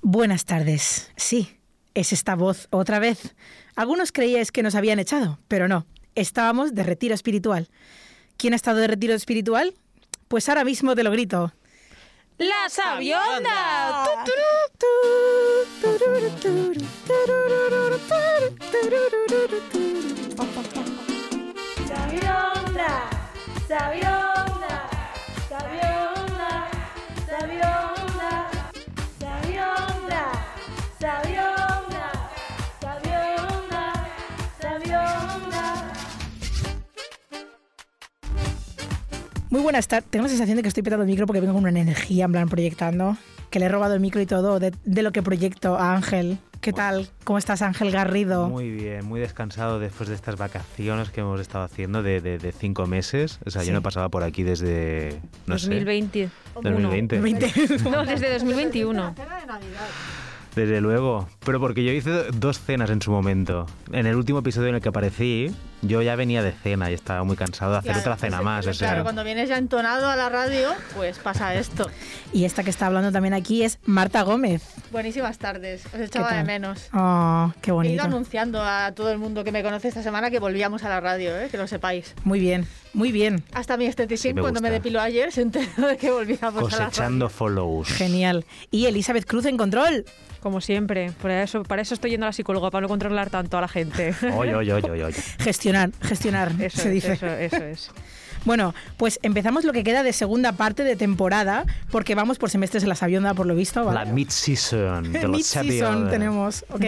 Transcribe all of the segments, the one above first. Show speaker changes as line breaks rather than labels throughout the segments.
Buenas tardes. Sí, es esta voz otra vez. Algunos creíais que nos habían echado, pero no. Estábamos de retiro espiritual. ¿Quién ha estado de retiro espiritual? Pues ahora mismo te lo grito.
¡La Sabionda!
Sabionda, Sabionda, Sabionda, Sabionda, Sabionda, Sabionda, Sabionda, Sabionda.
Muy buenas tardes. Tengo la sensación de que estoy petando el micro porque vengo con una energía en plan proyectando. Que le he robado el micro y todo de, de lo que proyecto a Ángel. ¿Qué tal? ¿Cómo estás, Ángel Garrido?
Muy bien, muy descansado después de estas vacaciones que hemos estado haciendo de, de- de cinco meses. O sea,
Sí.
yo no pasaba por aquí desde, no sé,
2020.
2020.
No, desde 2021.
Desde luego. Pero porque yo hice do- dos cenas en su momento. En el último episodio en el que aparecí, yo ya venía de cena y estaba muy cansado de hacer
Claro,
otra cena
pues,
más. o sea.
Claro, cuando vienes ya entonado a la radio, pues pasa esto.
Y esta que está hablando también aquí es Marta Gómez.
Buenísimas tardes, os
¿Qué
echaba de
tal?
menos.
Oh, qué
He ido
bonito.
anunciando a todo el mundo que me conoce esta semana que volvíamos a la radio, ¿eh? que lo sepáis.
Muy bien, muy bien.
Hasta mi esteticín,
Sí, me
cuando me
gusta.
depiló ayer, se enteró de que volvíamos a la radio.
Cosechando follows.
Genial. Y Elizabeth Cruz en control.
Como siempre. Por eso, para eso estoy yendo a la psicóloga, para no controlar tanto a la gente.
Oye, oye, oye, oye, oye.
Gestionar, gestionar,
Eso
se
es,
dice.
Eso, eso es.
Bueno, pues empezamos lo que queda de segunda parte de temporada, porque vamos por semestres en la sabionda, por lo visto.
La
¿vale?
mid-season de los
Mid-season
Sapiens.
tenemos. Ok.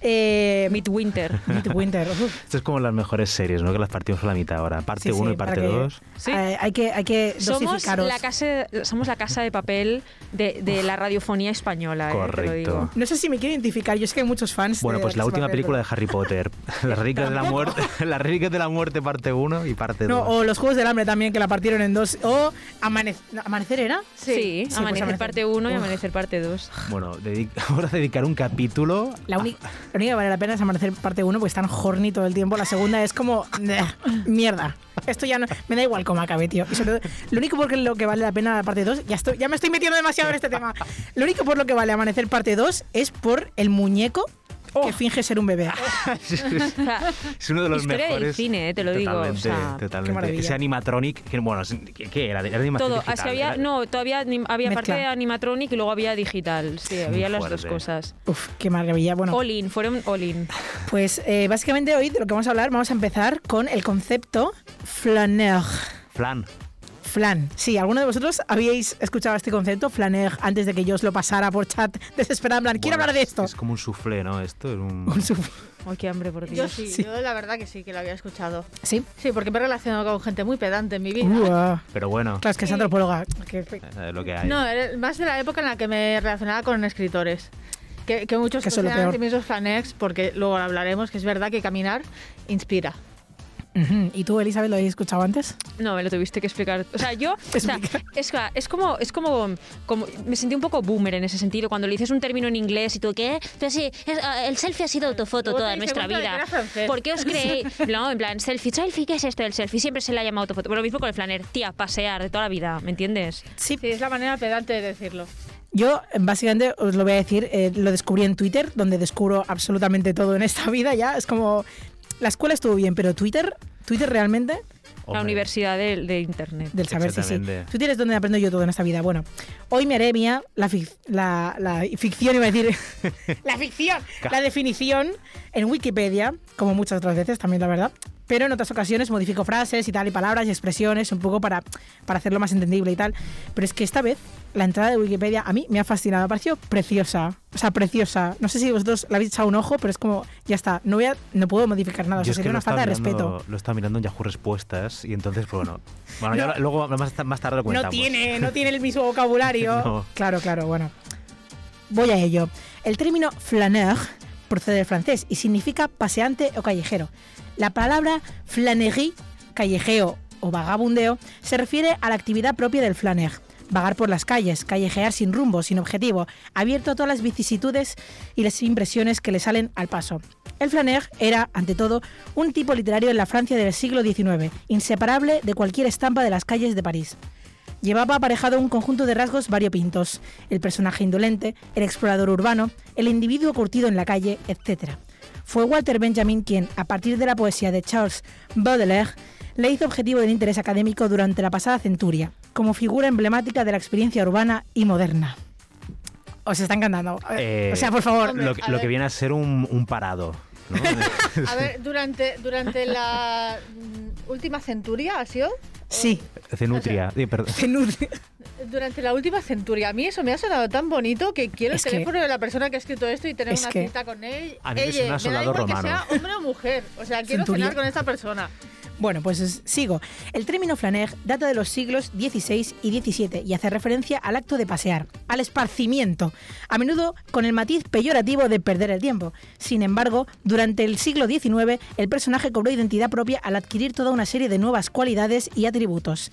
Eh,
Midwinter.
Midwinter. uf.
Esto es como las mejores series, ¿no? Que las partimos a la mitad ahora. Parte
Sí,
1
sí,
y parte
para que-
2.
Sí.
eh, hay que, hay que
Somos
dosificaros.
la, casa, somos la casa de papel de, de la radiofonía española. eh, te lo
Correcto.
digo.
No sé si me quiero identificar, yo es que hay muchos fans.
Bueno,
de
pues la
Alex
última
Barrett.
película de Harry Potter, Las Ricas de la Muerte, Las Ricas de la Muerte parte 1 y parte 2.
No, o los Juegos del Hambre también, que la partieron en dos. O Amanec- no, Amanecer era.
Sí,
pues
amanecer,
amanecer.
parte 1 y
Uf.
amanecer parte 2.
Bueno, dedi- vamos a dedicar un capítulo
La, uni- la única que vale la pena es Amanecer parte 1 porque están horny todo el tiempo. La segunda es como. mierda. Esto ya no. Me da igual cómo acabe, tío. Y sobre todo, lo único por lo que vale la pena la parte 2. Ya, estoy- ya me estoy metiendo demasiado en este tema. Lo único por lo que vale Amanecer parte 2 es por el muñeco que finge ser un bebé.
es uno de los
Historia del
mejores.
cine, eh, te lo digo,
Totalmente,
o sea,
totalmente.
qué maravilla.
Ese animatronic, que, bueno, es- ¿qué qué era? Era animación
Todo,
digital,
así había,
era-
no, todavía anim- había
Mezcla.
parte de animatronic y luego había digital. Sí, había las dos
fuerte.
cosas.
Uf, qué maravilla. Bueno,
All in, fueron all in.
pues eh, básicamente hoy de lo que vamos a hablar, vamos a empezar con el concepto flaneur.
Flan.
Flan. Sí, ¿alguno de vosotros habíais escuchado este concepto, flaner, antes de que yo os lo pasara por chat desesperada? En plan, quiero
Bueno,
hablar de
es-
esto.
Es como un soufflé, ¿no? Esto es un.
Un suf-
Ay, qué hambre, por
Yo
Dios.
sí,
Sí.
yo la verdad que sí, que lo había escuchado.
Sí.
Sí, porque me he relacionado con gente muy pedante en mi vida.
Uah.
Pero bueno,
Claro, es que es
Sí.
antropóloga. que- que-
eh, lo que hay.
No, era más de la época en la que me relacionaba con escritores. Que, que muchos
Que eso es lo
consideran
peor.
antimismos flanex, porque luego lo hablaremos, que es verdad que caminar inspira.
Ujú. ¿Y tú, Elizabeth, lo habéis escuchado antes?
No, me lo tuviste que explicar. O sea, yo. o sea,
Explica.
es, ca- es como. Es como, como. Me sentí un poco boomer en ese sentido. Cuando le dices un término en inglés y tú, ¿qué? Pero sí, es- ah, el selfie ha sido autofoto
Luego te
toda
diste
nuestra
cuenta de que
vida.
era francés.
¿Por qué os creéis? No, en plan, selfie. ¿Selfie? ¿Qué es esto del selfie? Siempre se le ha llamado autofoto. Bueno, lo mismo con el flaner. Tía, pasear de toda la vida, ¿me entiendes?
Sí, es la manera pedante de decirlo.
Yo, eh, básicamente, os lo voy a decir, eh, lo descubrí en Twitter, donde descubro absolutamente todo en esta vida ya. Es como, la escuela estuvo bien, pero Twitter, Twitter realmente,
La
Hombre,
universidad de, de internet.
del saber, sí, sí.
Exactamente.
Twitter es donde aprendo yo todo en esta vida. Bueno, hoy me haré mía la, fic- la, la ficción, iba a decir, la ficción,
Ca-
la definición en Wikipedia, como muchas otras veces también, la verdad. Pero en otras ocasiones modifico frases y tal, y palabras y expresiones, un poco para, para hacerlo más entendible y tal. Pero es que esta vez la entrada de Wikipedia a mí me ha fascinado, me ha parecido preciosa. O sea, preciosa. No sé si vosotros le habéis echado un ojo, pero es como, ya está, no, voy a- no puedo modificar nada. O
Yo
sea,
es que
sería
lo
una falta
estaba
de
mirando-
respeto.
Lo estaba mirando en Yahoo Respuestas y entonces, pues, bueno. Bueno, ya lo- luego más, ta- más tarde lo
No
comentamos.
tiene, no tiene el mismo vocabulario.
No.
Claro, claro, bueno. Voy a ello. El término flaneur procede del francés y significa paseante o callejero. La palabra flânerie, callejeo o vagabundeo, se refiere a la actividad propia del flaner. Vagar por las calles, callejear sin rumbo, sin objetivo, abierto a todas las vicisitudes y las impresiones que le salen al paso. El flaner era, ante todo, un tipo literario en la Francia del siglo XIX, inseparable de cualquier estampa de las calles de París. Llevaba aparejado un conjunto de rasgos variopintos, el personaje indolente, el explorador urbano, el individuo curtido en la calle, etc. Fue Walter Benjamin quien, a partir de la poesía de Charles Baudelaire, le hizo objetivo del interés académico durante la pasada centuria, como figura emblemática de la experiencia urbana y moderna. Os está encantando.
Eh,
o sea, por favor,
Hombre,
lo, que-
a
lo
ver.
que viene a ser un, un parado. ¿no?
A ver, durante, durante la mm, última centuria, ¿ha sido?
sí,
Cenutria. Eh, perdón.
Zenut.
Durante la última centuria. A mí eso me ha sonado tan bonito que quiero
Es
el
que-
teléfono de la persona que ha escrito esto y tener
es
una
que-
cita con él.
A mí me
Ella,
suena a
da
soldado
igual
romano.
que sea hombre o mujer. O sea, quiero
Centuria.
cenar con esta persona.
Bueno, pues es- sigo. El término flaner data de los siglos XVI y XVII y hace referencia al acto de pasear, al esparcimiento, a menudo con el matiz peyorativo de perder el tiempo. Sin embargo, durante el siglo XIX, el personaje cobró identidad propia al adquirir toda una serie de nuevas cualidades y atributos.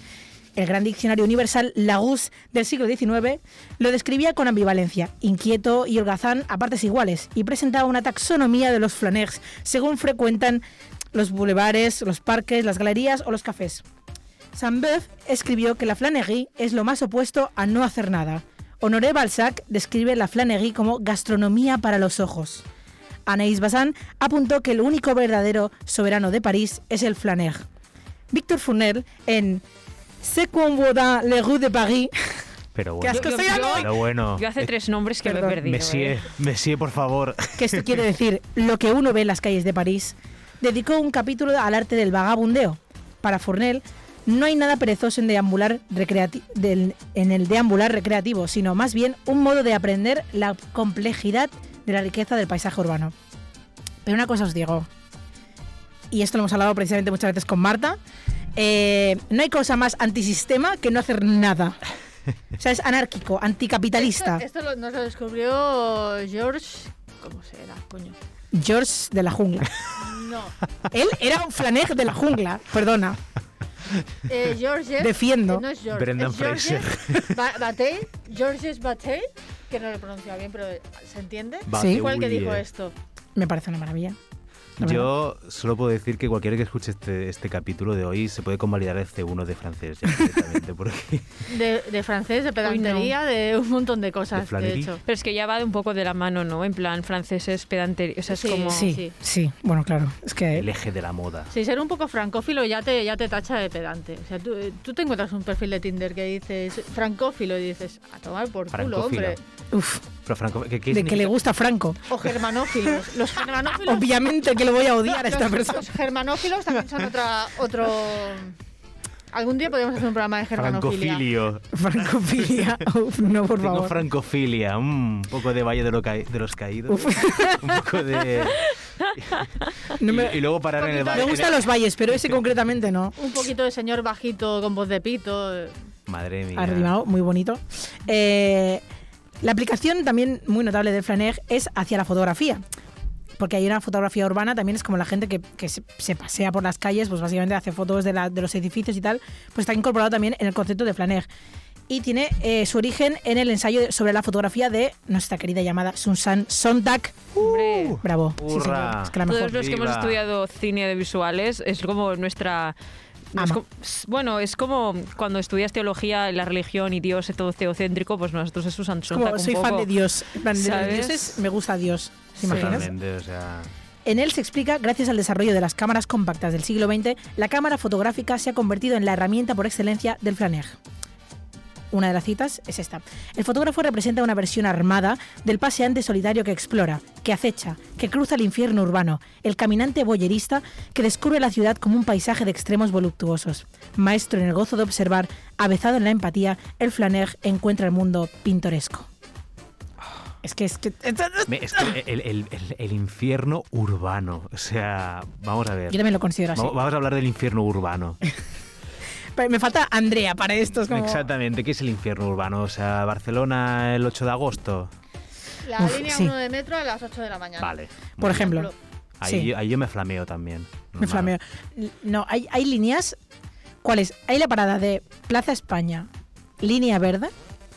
El gran diccionario universal Larousse del siglo XIX lo describía con ambivalencia, inquieto y holgazán a partes iguales, y presentaba una taxonomía de los flaners según frecuentan los bulevares, los parques, las galerías o los cafés. Saint-Beuve escribió que la flânerie es lo más opuesto a no hacer nada. Honoré Balzac describe la flânerie como gastronomía para los ojos. Anaïs Bazin apuntó que el único verdadero soberano de París es el flaner. Víctor Funel en C'est qu'on voit dans les rues de Paris.
Pero
Qué
bueno.
asco
Yo-
soy
yo-
Anaïs.
Pero bueno.
Yo hace tres nombres que
Perdón.
me he perdido.
eh, Messier,
¿eh?
Messier, por favor.
que esto quiere decir lo que uno ve en las calles de París, dedicó un capítulo al arte del vagabundeo. Para Fournel, no hay nada perezoso en, deambular recreati- del- en el deambular recreativo, sino más bien un modo de aprender la complejidad de la riqueza del paisaje urbano. Pero una cosa os digo, y esto lo hemos hablado precisamente muchas veces con Marta, eh, no hay cosa más antisistema que no hacer nada. O sea, es anárquico, anticapitalista.
Esto, esto lo- nos lo descubrió George. ¿Cómo se era, coño?
George de la jungla.
No.
Él era un flanej de la jungla, perdona.
Eh, Georges.
Defiendo.
eh, no es George.
Brendan
es Georges Ba- Bataille. Georges Bataille. Que no lo pronunciaba bien, pero se entiende.
Bate,
Fue el que
uy,
dijo
eh.
esto.
Me parece una maravilla. la
Yo solo puedo decir que cualquiera que escuche este, este capítulo de hoy se puede convalidar el C1 de francés ya directamente, porque
¿Eh?
De, de francés, de pedantería, de un montón de cosas,
De
de,
flanería.
hecho.
Pero es que ya va de un poco de la mano, ¿no? En plan, franceses pedantería. O sea, es
Sí.
como.
Sí, Ah, sí,
sí.
Bueno, claro. Es
el
que.
eje de la moda.
Si ser un poco francófilo ya te, ya te tacha de pedante. O sea, tú, eh, tú te encuentras un perfil de Tinder que dices francófilo y dices, a tomar por culo,
Francófilo.
hombre.
Uf,
Pero Franco, ¿qué,
de que
qué
le
significa?
gusta Franco.
O germanófilos. Los germanófilos.
Obviamente que lo voy a odiar a esta
los,
persona.
los germanófilos también son otra, otro. Algún día podríamos hacer un programa de germanofilia.
Francofilio.
Francofilia. Uf, no, por
Tengo
favor.
francofilia, mm, un poco de Valle de, lo ca- de los Caídos, un poco de...
No
y-
me,
y, luego parar en el Este-
me
valle.
gustan los valles, pero ese concretamente no.
Un poquito de señor bajito con voz de pito. eh,
Madre mía.
Arrimado, muy bonito. Eh, la aplicación también muy notable del Flaner es hacia la fotografía. Porque hay una fotografía urbana, también es como la gente que, que se, se pasea por las calles, pues básicamente hace fotos de, la- de los edificios y tal, pues está incorporado también en el concepto de Flaner. Y tiene eh, su origen en el ensayo de- sobre la fotografía de nuestra querida llamada Susan Sontag.
Hombre.
Bravo. Sí, señor,
hurra.
es que la mejor.
Todos los que hemos
Viva.
estudiado cine de visuales es como nuestra. es
Ama.
co- s- bueno, es como cuando estudias teología, la religión y Dios es todo teocéntrico, pues nosotros es Susan Sontag.
Como
un
soy fan
poco.
de Dios. En plan, de los
¿Sabes?
dioses, me gusta Dios. ¿Te imaginas?
Totalmente, o sea...
En él se explica, gracias al desarrollo de las cámaras compactas del siglo XX, la cámara fotográfica se ha convertido en la herramienta por excelencia del flaner. Una de las citas es esta. El fotógrafo representa una versión armada del paseante solitario que explora, que acecha, que cruza el infierno urbano, el caminante boyerista que descubre la ciudad como un paisaje de extremos voluptuosos. Maestro en el gozo de observar, avezado en la empatía, el flaner encuentra el mundo pintoresco. Es que es que...
Me- es que el, el- el- el infierno urbano, o sea, vamos a ver.
Yo también lo considero así.
Vamos, vamos a hablar del infierno urbano.
Pero me falta Andrea para esto. Es como...
Exactamente, ¿qué es el infierno urbano? O sea, Barcelona el 8 de agosto.
La
Uf,
línea
sí.
1 de metro a las 8 de la mañana.
Vale.
Por
Muy
ejemplo,
bien. Ahí,
sí.
ahí yo me flameo también.
me
normal.
flameo. No, hay, hay líneas. ¿Cuáles? Hay la parada de Plaza España, línea verde.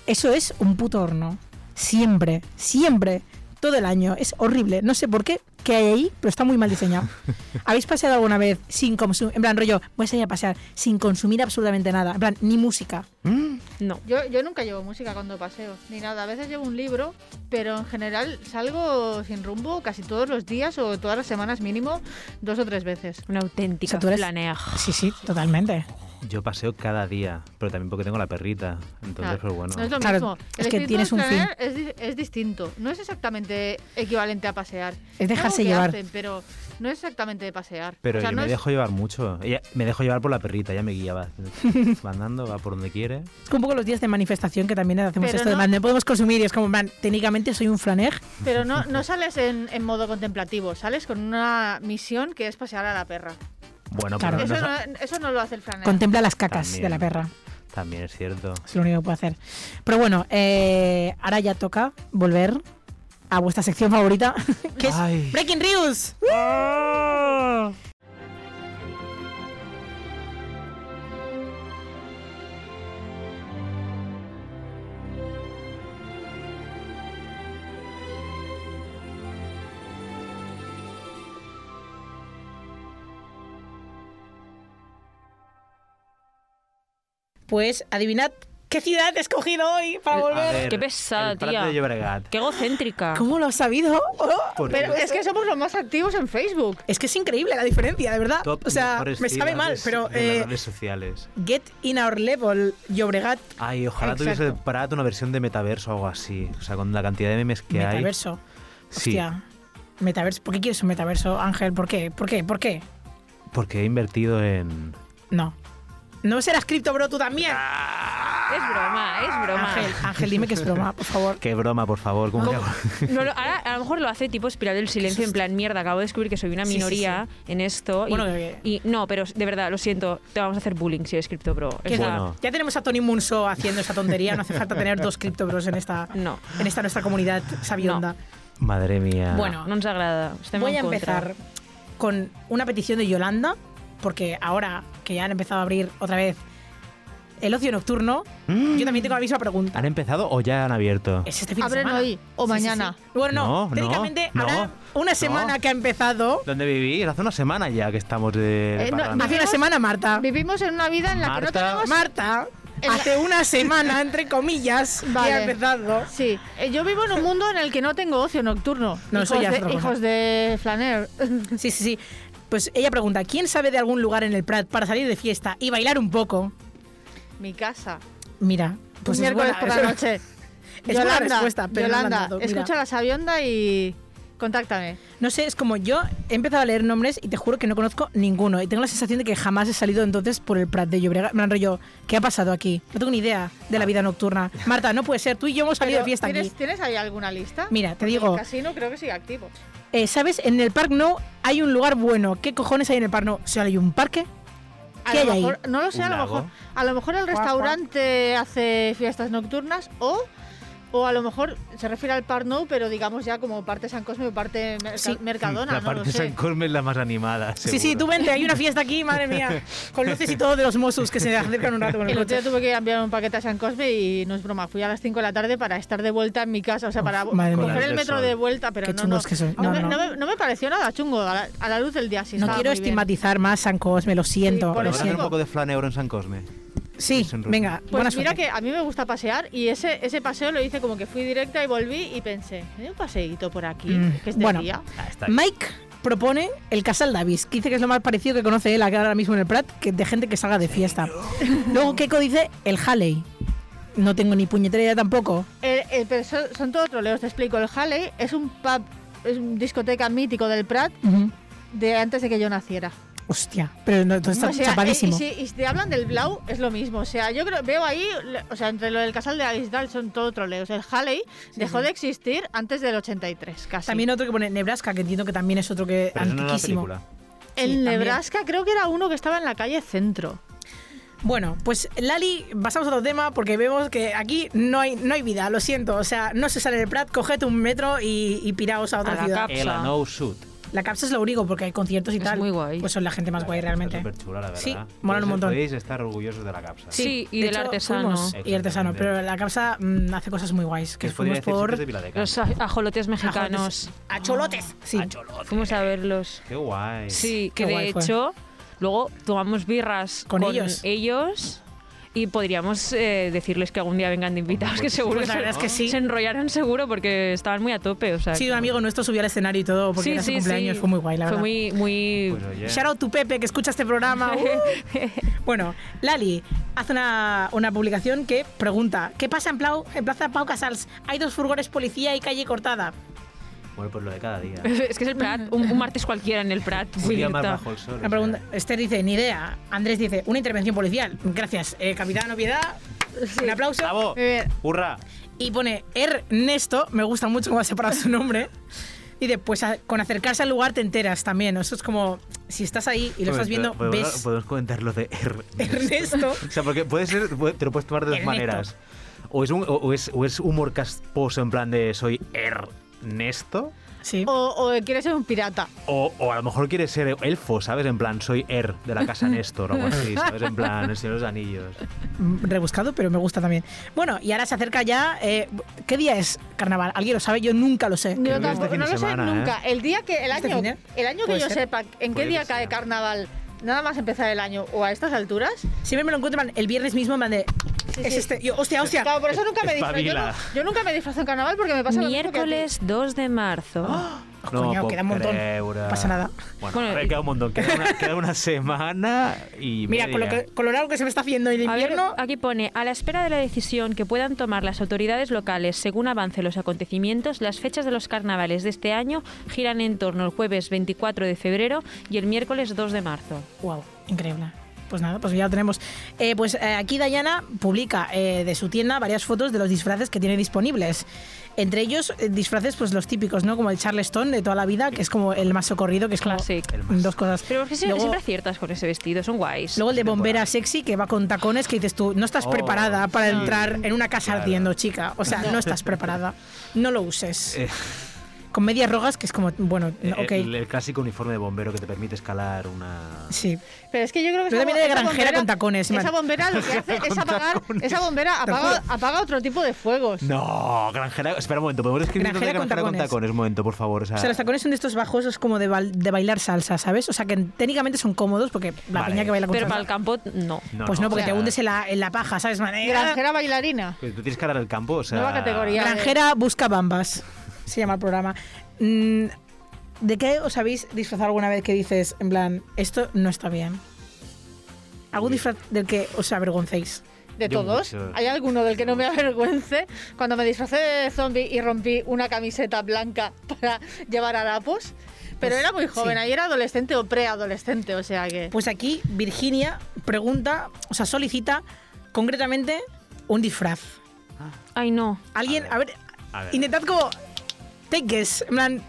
Eso es un puto horno. Siempre, siempre, todo el año. Es horrible. No sé por qué. que hay ahí, pero está muy mal diseñado. ¿Habéis paseado alguna vez sin consumir, en plan rollo, voy a salir a pasear sin consumir absolutamente nada, en plan, ni música?
Mm.
No.
Yo, yo nunca llevo música cuando paseo, ni nada. A veces llevo un libro, pero en general salgo sin rumbo casi todos los días o todas las semanas mínimo, dos o tres veces.
Una
O
auténtica
sea, tú eres-
planea.
Sí, sí, totalmente.
Yo paseo cada día, pero también porque tengo la perrita. Entonces,
Claro,
pues bueno.
No es lo
Claro,
mismo.
es
El
que
espíritu
tienes un
planear Es, di- es distinto. No es exactamente equivalente a pasear.
Es dejarse
algo que
llevar.
hacen, pero no es exactamente pasear.
Pero
O sea,
yo
no
me
es-
dejo llevar mucho. Ella- me dejo llevar por la perrita, ya me guía, va. Va andando, va por donde quiere.
Es que un poco los días de manifestación que también hacemos
Pero
esto de
no-
man, no podemos consumir y es como, en plan, técnicamente soy un flaner.
pero no, no sales en, en modo contemplativo, sales con una misión que es pasear a la perra.
Bueno,
Claro.
pero
Eso
no-
no, eso no lo hace el flanero.
Contempla las cacas
También.
de la perra.
también es cierto.
Es lo único que puedo hacer. Pero bueno, eh, ahora ya toca volver a vuestra sección favorita, que es
Ay.
Breaking News. ¡Ah! Pues adivinad qué ciudad he escogido hoy para
A
volver.
ver,
Qué pesada,
el Prat
tía.
de Llobregat.
Qué egocéntrica.
¿Cómo lo has sabido? Oh.
Por
Pero
Dios.
es que somos los más activos en Facebook.
Es que es increíble la diferencia, de verdad.
Top
Ah, o sea,
mejores
me sabe
ciudades
mal, pero
de
eh,
las redes sociales.
Get in our level, Llobregat,
Ay, ojalá
Exacto.
tuviese Prat una versión de metaverso o algo así. O sea, con la cantidad de memes que hay.
metaverso.
Sí.
Hostia. Metaverso. ¿Por qué quieres un metaverso, Ángel? ¿Por qué? ¿Por qué? ¿Por qué?
Porque he invertido en.
No. No serás cripto, bro, tú también.
Es broma, es
Ah.
broma.
Ángel, Ángel, dime que es broma, por favor.
Qué broma, por favor.
Oh.
¿cómo que hago?
No, lo- ahora a lo mejor lo hace tipo espiral del silencio, en plan, mierda, acabo de descubrir que soy una
Sí, sí,
minoría en esto. y-
Bueno, que-
y, no, pero de verdad, lo siento, te vamos a hacer bullying si eres cripto pro.
Que
O sea,
bueno.
Ya tenemos a Tony Munso haciendo esa tontería, no hace falta tener dos cripto bros en esta,
No.
en esta nuestra comunidad sabionda.
Madre mía.
Bueno,
No nos agrada. estem
Voy a
en contra.
empezar con una petición de Yolanda, porque ahora que ya han empezado a abrir otra vez el ocio nocturno,
Mm.
yo también tengo la misma pregunta.
¿Han empezado o ya han abierto?
Es este fin de
Abren
semana.
hoy
Sí,
o
sí,
mañana.
sí. Bueno, no,
No, no,
técnicamente
no,
habrá una
no.
semana que ha empezado.
¿Dónde vivís? Hace una semana ya que estamos de, de
Eh, no,
parranda.
Hace una semana, Marta.
Vivimos en una vida en la que no
Marta.
tenemos...
Marta,
En la-
hace una semana, entre comillas, que ha
Vale.
empezado.
Sí, eh, yo vivo en un mundo en el que no tengo ocio nocturno.
No, eso
hijos,
ya es otra
de,
cosa.
hijos de flaner.
Sí, sí, sí. Pues ella pregunta, ¿quién sabe de algún lugar en el Prat para salir de fiesta y bailar un poco?
Mi casa.
Mira, pues
un
es
miércoles
buena-
por la noche.
es buena respuesta, pero no la han
Yolanda,
dado, mira.
escucha la sabionda y contáctame.
No sé, es como yo he empezado a leer nombres y te juro que no conozco ninguno. Y tengo la sensación de que jamás he salido entonces por el Prat de Llobregat. Me han rollo, ¿qué ha pasado aquí? No tengo ni idea de la vida nocturna. Marta, no puede ser, tú y yo hemos salido
Pero,
de fiesta
¿tienes,
aquí.
¿Tienes ahí alguna lista?
Mira, te
Porque
digo-
El casino creo que sigue activo.
Eh, ¿Sabes? En el Park No hay un lugar bueno. ¿Qué cojones hay en el Park No? ¿O sea, hay un parque?
A
¿Qué
lo
hay ahí?
mejor- No lo sé,
¿Un
a lo
lago?
mejor. A lo mejor el restaurante hace fiestas nocturnas o. O a lo mejor se refiere al Park No, pero digamos ya como parte San Cosme o parte Merca-
Sí.
Mercadona,
La
no
parte
lo
de
sé.
San Cosme es la más animada.
Sí, sí, tú
seguro.
vente, hay una fiesta aquí, madre mía. Con luces y todo de los Mossos que se acercan un rato con el
El otro
coche.
día tuve que enviar un paquete a San Cosme y no es broma, fui a las 5 de la tarde para estar de vuelta en mi casa, o sea, para
Uf, madre mía.
coger
Con la
el
luz del
metro
sol.
de vuelta, pero
Qué
no,
chungos
no.
que sois.
No
No,
me,
no.
no me- no me pareció nada chungo a la, a la luz del día. Sí,
No
estaba
quiero
muy bien.
estigmatizar más San Cosme, lo siento,
Sí, por
lo
Podemos hacer un
siento.
poco de flaneuro en San Cosme.
Sí,
es un rollo.
venga,
Pues
buena
mira
suerte.
que a mí me gusta pasear y ese, ese paseo lo hice como que fui directa y volví y pensé, ¿me doy un paseíto por aquí?
Mm,
Que es de
bueno.
día.
Mike propone el Casal Davis, que dice que es lo más parecido que conoce él ahora mismo en el Prat, que de gente que salga de fiesta. Luego Keiko dice el Halley. No tengo ni puñetera idea tampoco.
El- el- pero son, son todos troleos, te explico. El Halley es un pub, es un discoteca mítico del Prat de antes de que yo naciera.
Hostia, pero no, entonces está
O sea, eh,
chapadísimo.
Y, y si, y si te hablan del Blau, es lo mismo. O sea, yo creo, veo ahí, le- o sea, entre lo del Casal de la Digital son todo troleos. El Halley dejó de existir antes del 83, casi.
También otro que pone Nebraska, que entiendo que también es otro que
Pero eso no es una
antiquísimo.
película.
en
sí, también.
Nebraska creo que era uno que estaba en la calle Centro.
Bueno, pues Lali, pasamos a otro tema porque vemos que aquí no hay, no hay vida, lo siento. O sea, no se sale del Prat, coged un metro y, y piraos a otra
A la
ciudad.
cap-
El
Ela,
No Suit.
La CAPSA es lo único porque hay conciertos y
Es
tal.
muy guay.
Pues son la gente más guay realmente.
Súper chula, la verdad.
Sí, molan un
Podéis-
montón.
Podéis estar orgullosos de la capsa.
Sí, y del artesano.
fuimos, y artesano, pero la CAPSA mm, hace cosas muy guays.
Que
Que
os podría
fuimos
decir
por.
sitios de Viladecans.
Los aj- ajolotes mexicanos.
A cholotes. Sí.
Fuimos a verlos.
Qué guay.
Sí,
Qué
que de
guay fue.
hecho, luego tomamos birras
Con ellos.
ellos y podríamos eh, decirles que algún día vengan de invitados, que
Pues
seguro
la
se-
verdad es que sí.
se enrollaron seguro porque estaban muy a tope. O sea,
Sí,
que-
un amigo nuestro subió al escenario y todo porque
Sí,
era su
sí,
cumpleaños.
sí.
Fue muy guay, la verdad.
Fue muy, muy...
Pues oye,
Shout out to Pepe que escucha este programa. ¡Uh! bueno, Lali hace una, una publicación que pregunta: ¿Qué pasa en, Plau- en Plaza Pau Casals? Hay dos furgones policía y calle cortada.
bueno, pues lo de cada día.
es que es el Prat, un, un martes cualquiera en el Prat.
Un día más
directa.
bajo el sol. o
La
sea.
pregunta, Esther dice: Ni idea. Andrés dice: Una intervención policial. Gracias, eh, capitán Opiedad. Un aplauso.
¡Bravo!
Muy bien.
¡Hurra!
Y pone Ernesto, me gusta mucho cómo ha separado su nombre. Y después con acercarse al lugar te enteras también. ¿no? Eso es como, si estás ahí
Pues
y lo estás viendo,
Podemos-
ves
Podemos comentar lo de R.
Ernesto.
O sea, porque puede ser, puede- te lo puedes tomar de dos
Ernesto.
maneras. O es, un, o, o es, o es humor casposo en plan de soy Ernesto,
Sí.
O, o quieres ser un pirata.
o, o a lo mejor quieres ser elfo, ¿sabes? En plan, soy Er de la casa Néstor o algo así, ¿sabes? En plan, el Señor de los Anillos.
Mm, Rebuscado, pero me gusta también. Bueno, y ahora se acerca ya. eh, ¿Qué día es carnaval? ¿Alguien lo sabe? Yo nunca lo sé.
que
Yo
este
tampoco,
fin de
no lo sé
semana, ¿eh?
nunca. El día que el
¿Este
año,
fin de?
el año que
Puede
yo
ser.
sepa en qué
Puede
día
que
cae
sea.
carnaval, nada más empezar el año o a estas alturas.
Siempre me lo encuentro en plan, el viernes mismo, en plan de. Es
sí.
este. Yo, hostia, hostia.
Claro, por eso nunca me disfrazo. Yo,
Espabila.
no- yo nunca me disfrazo en carnaval porque me pasa lo mismo que a ti.
Miércoles 2 de marzo.
¡Ah! Coño,
puedo
queda un montón.
creer.
No pasa nada.
Bueno,
Bueno,
a ver,
y-
queda un montón. Queda una, queda una semana y.
Mira,
media.
con lo, que, con lo largo que se me está haciendo el
A ver,
invierno.
aquí pone, a la espera de la decisión que puedan tomar las autoridades locales según avancen los acontecimientos, las fechas de los carnavales de este año giran en torno al jueves 24 de febrero y el miércoles 2 de marzo.
Wow, increíble. Pues nada, pues ya lo tenemos. Eh, pues eh, aquí Dayana publica eh, de su tienda varias fotos de los disfraces que tiene disponibles. Entre ellos, eh, disfraces pues los típicos, ¿no? Como el Charleston de toda la vida, que es como el más socorrido, que es como
Classic.
El más.
dos cosas.
Pero es que siempre,
luego,
siempre aciertas con ese vestido, son guays.
luego el de bombera sexy, que va con tacones, que dices tú, no estás
Este Oh,
preparada para
sí.
entrar en una casa
Claro.
ardiendo, chica. O sea, no estás preparada. No lo uses.
Eh.
Con medias rojas, que es como, bueno,
Eh,
ok.
el, el clásico uniforme de bombero que te permite escalar una.
sí.
Pero es que yo creo que
Yo
esa,
también era
esa
granjera con tacones, man.
Esa bombera lo que hace es
Con
apagar.
tacones.
Esa bombera
Te
apaga, apaga otro tipo de fuegos.
No, granjera. Espera un momento, podemos escribir
Granjera
entonces
con
granjera con
tacones.
tacones, un momento, por favor. O sea,
O sea, los tacones son de estos bajos, es como de, bail- de bailar salsa, ¿sabes? O sea, que técnicamente son cómodos porque la
Vale.
peña que baila con
Pero para
salsa-
el campo, no.
pues no, porque
o sea,
te hundes en la, en la paja, ¿sabes? Man? Eh,
Granjera bailarina.
Pero tú tienes que arar el campo, o sea.
Nueva categoría.
Granjera busca bambas, se llama el programa. Mm, ¿De qué os habéis disfrazado alguna vez que dices, en plan, esto no está bien? ¿Algún disfraz del que os avergoncéis?
De
Yo
todos.
mucho.
¿Hay alguno del que no me avergüence? Cuando me disfracé de zombie y rompí una camiseta blanca para llevar harapos. Pero
Pues,
era muy joven,
sí.
ahí era adolescente o preadolescente, o sea que.
Pues aquí Virginia pregunta, o sea, solicita concretamente un disfraz.
Ay, no.
Alguien, a
A
ver,
a ver.
intentad como. Take guess. En plan,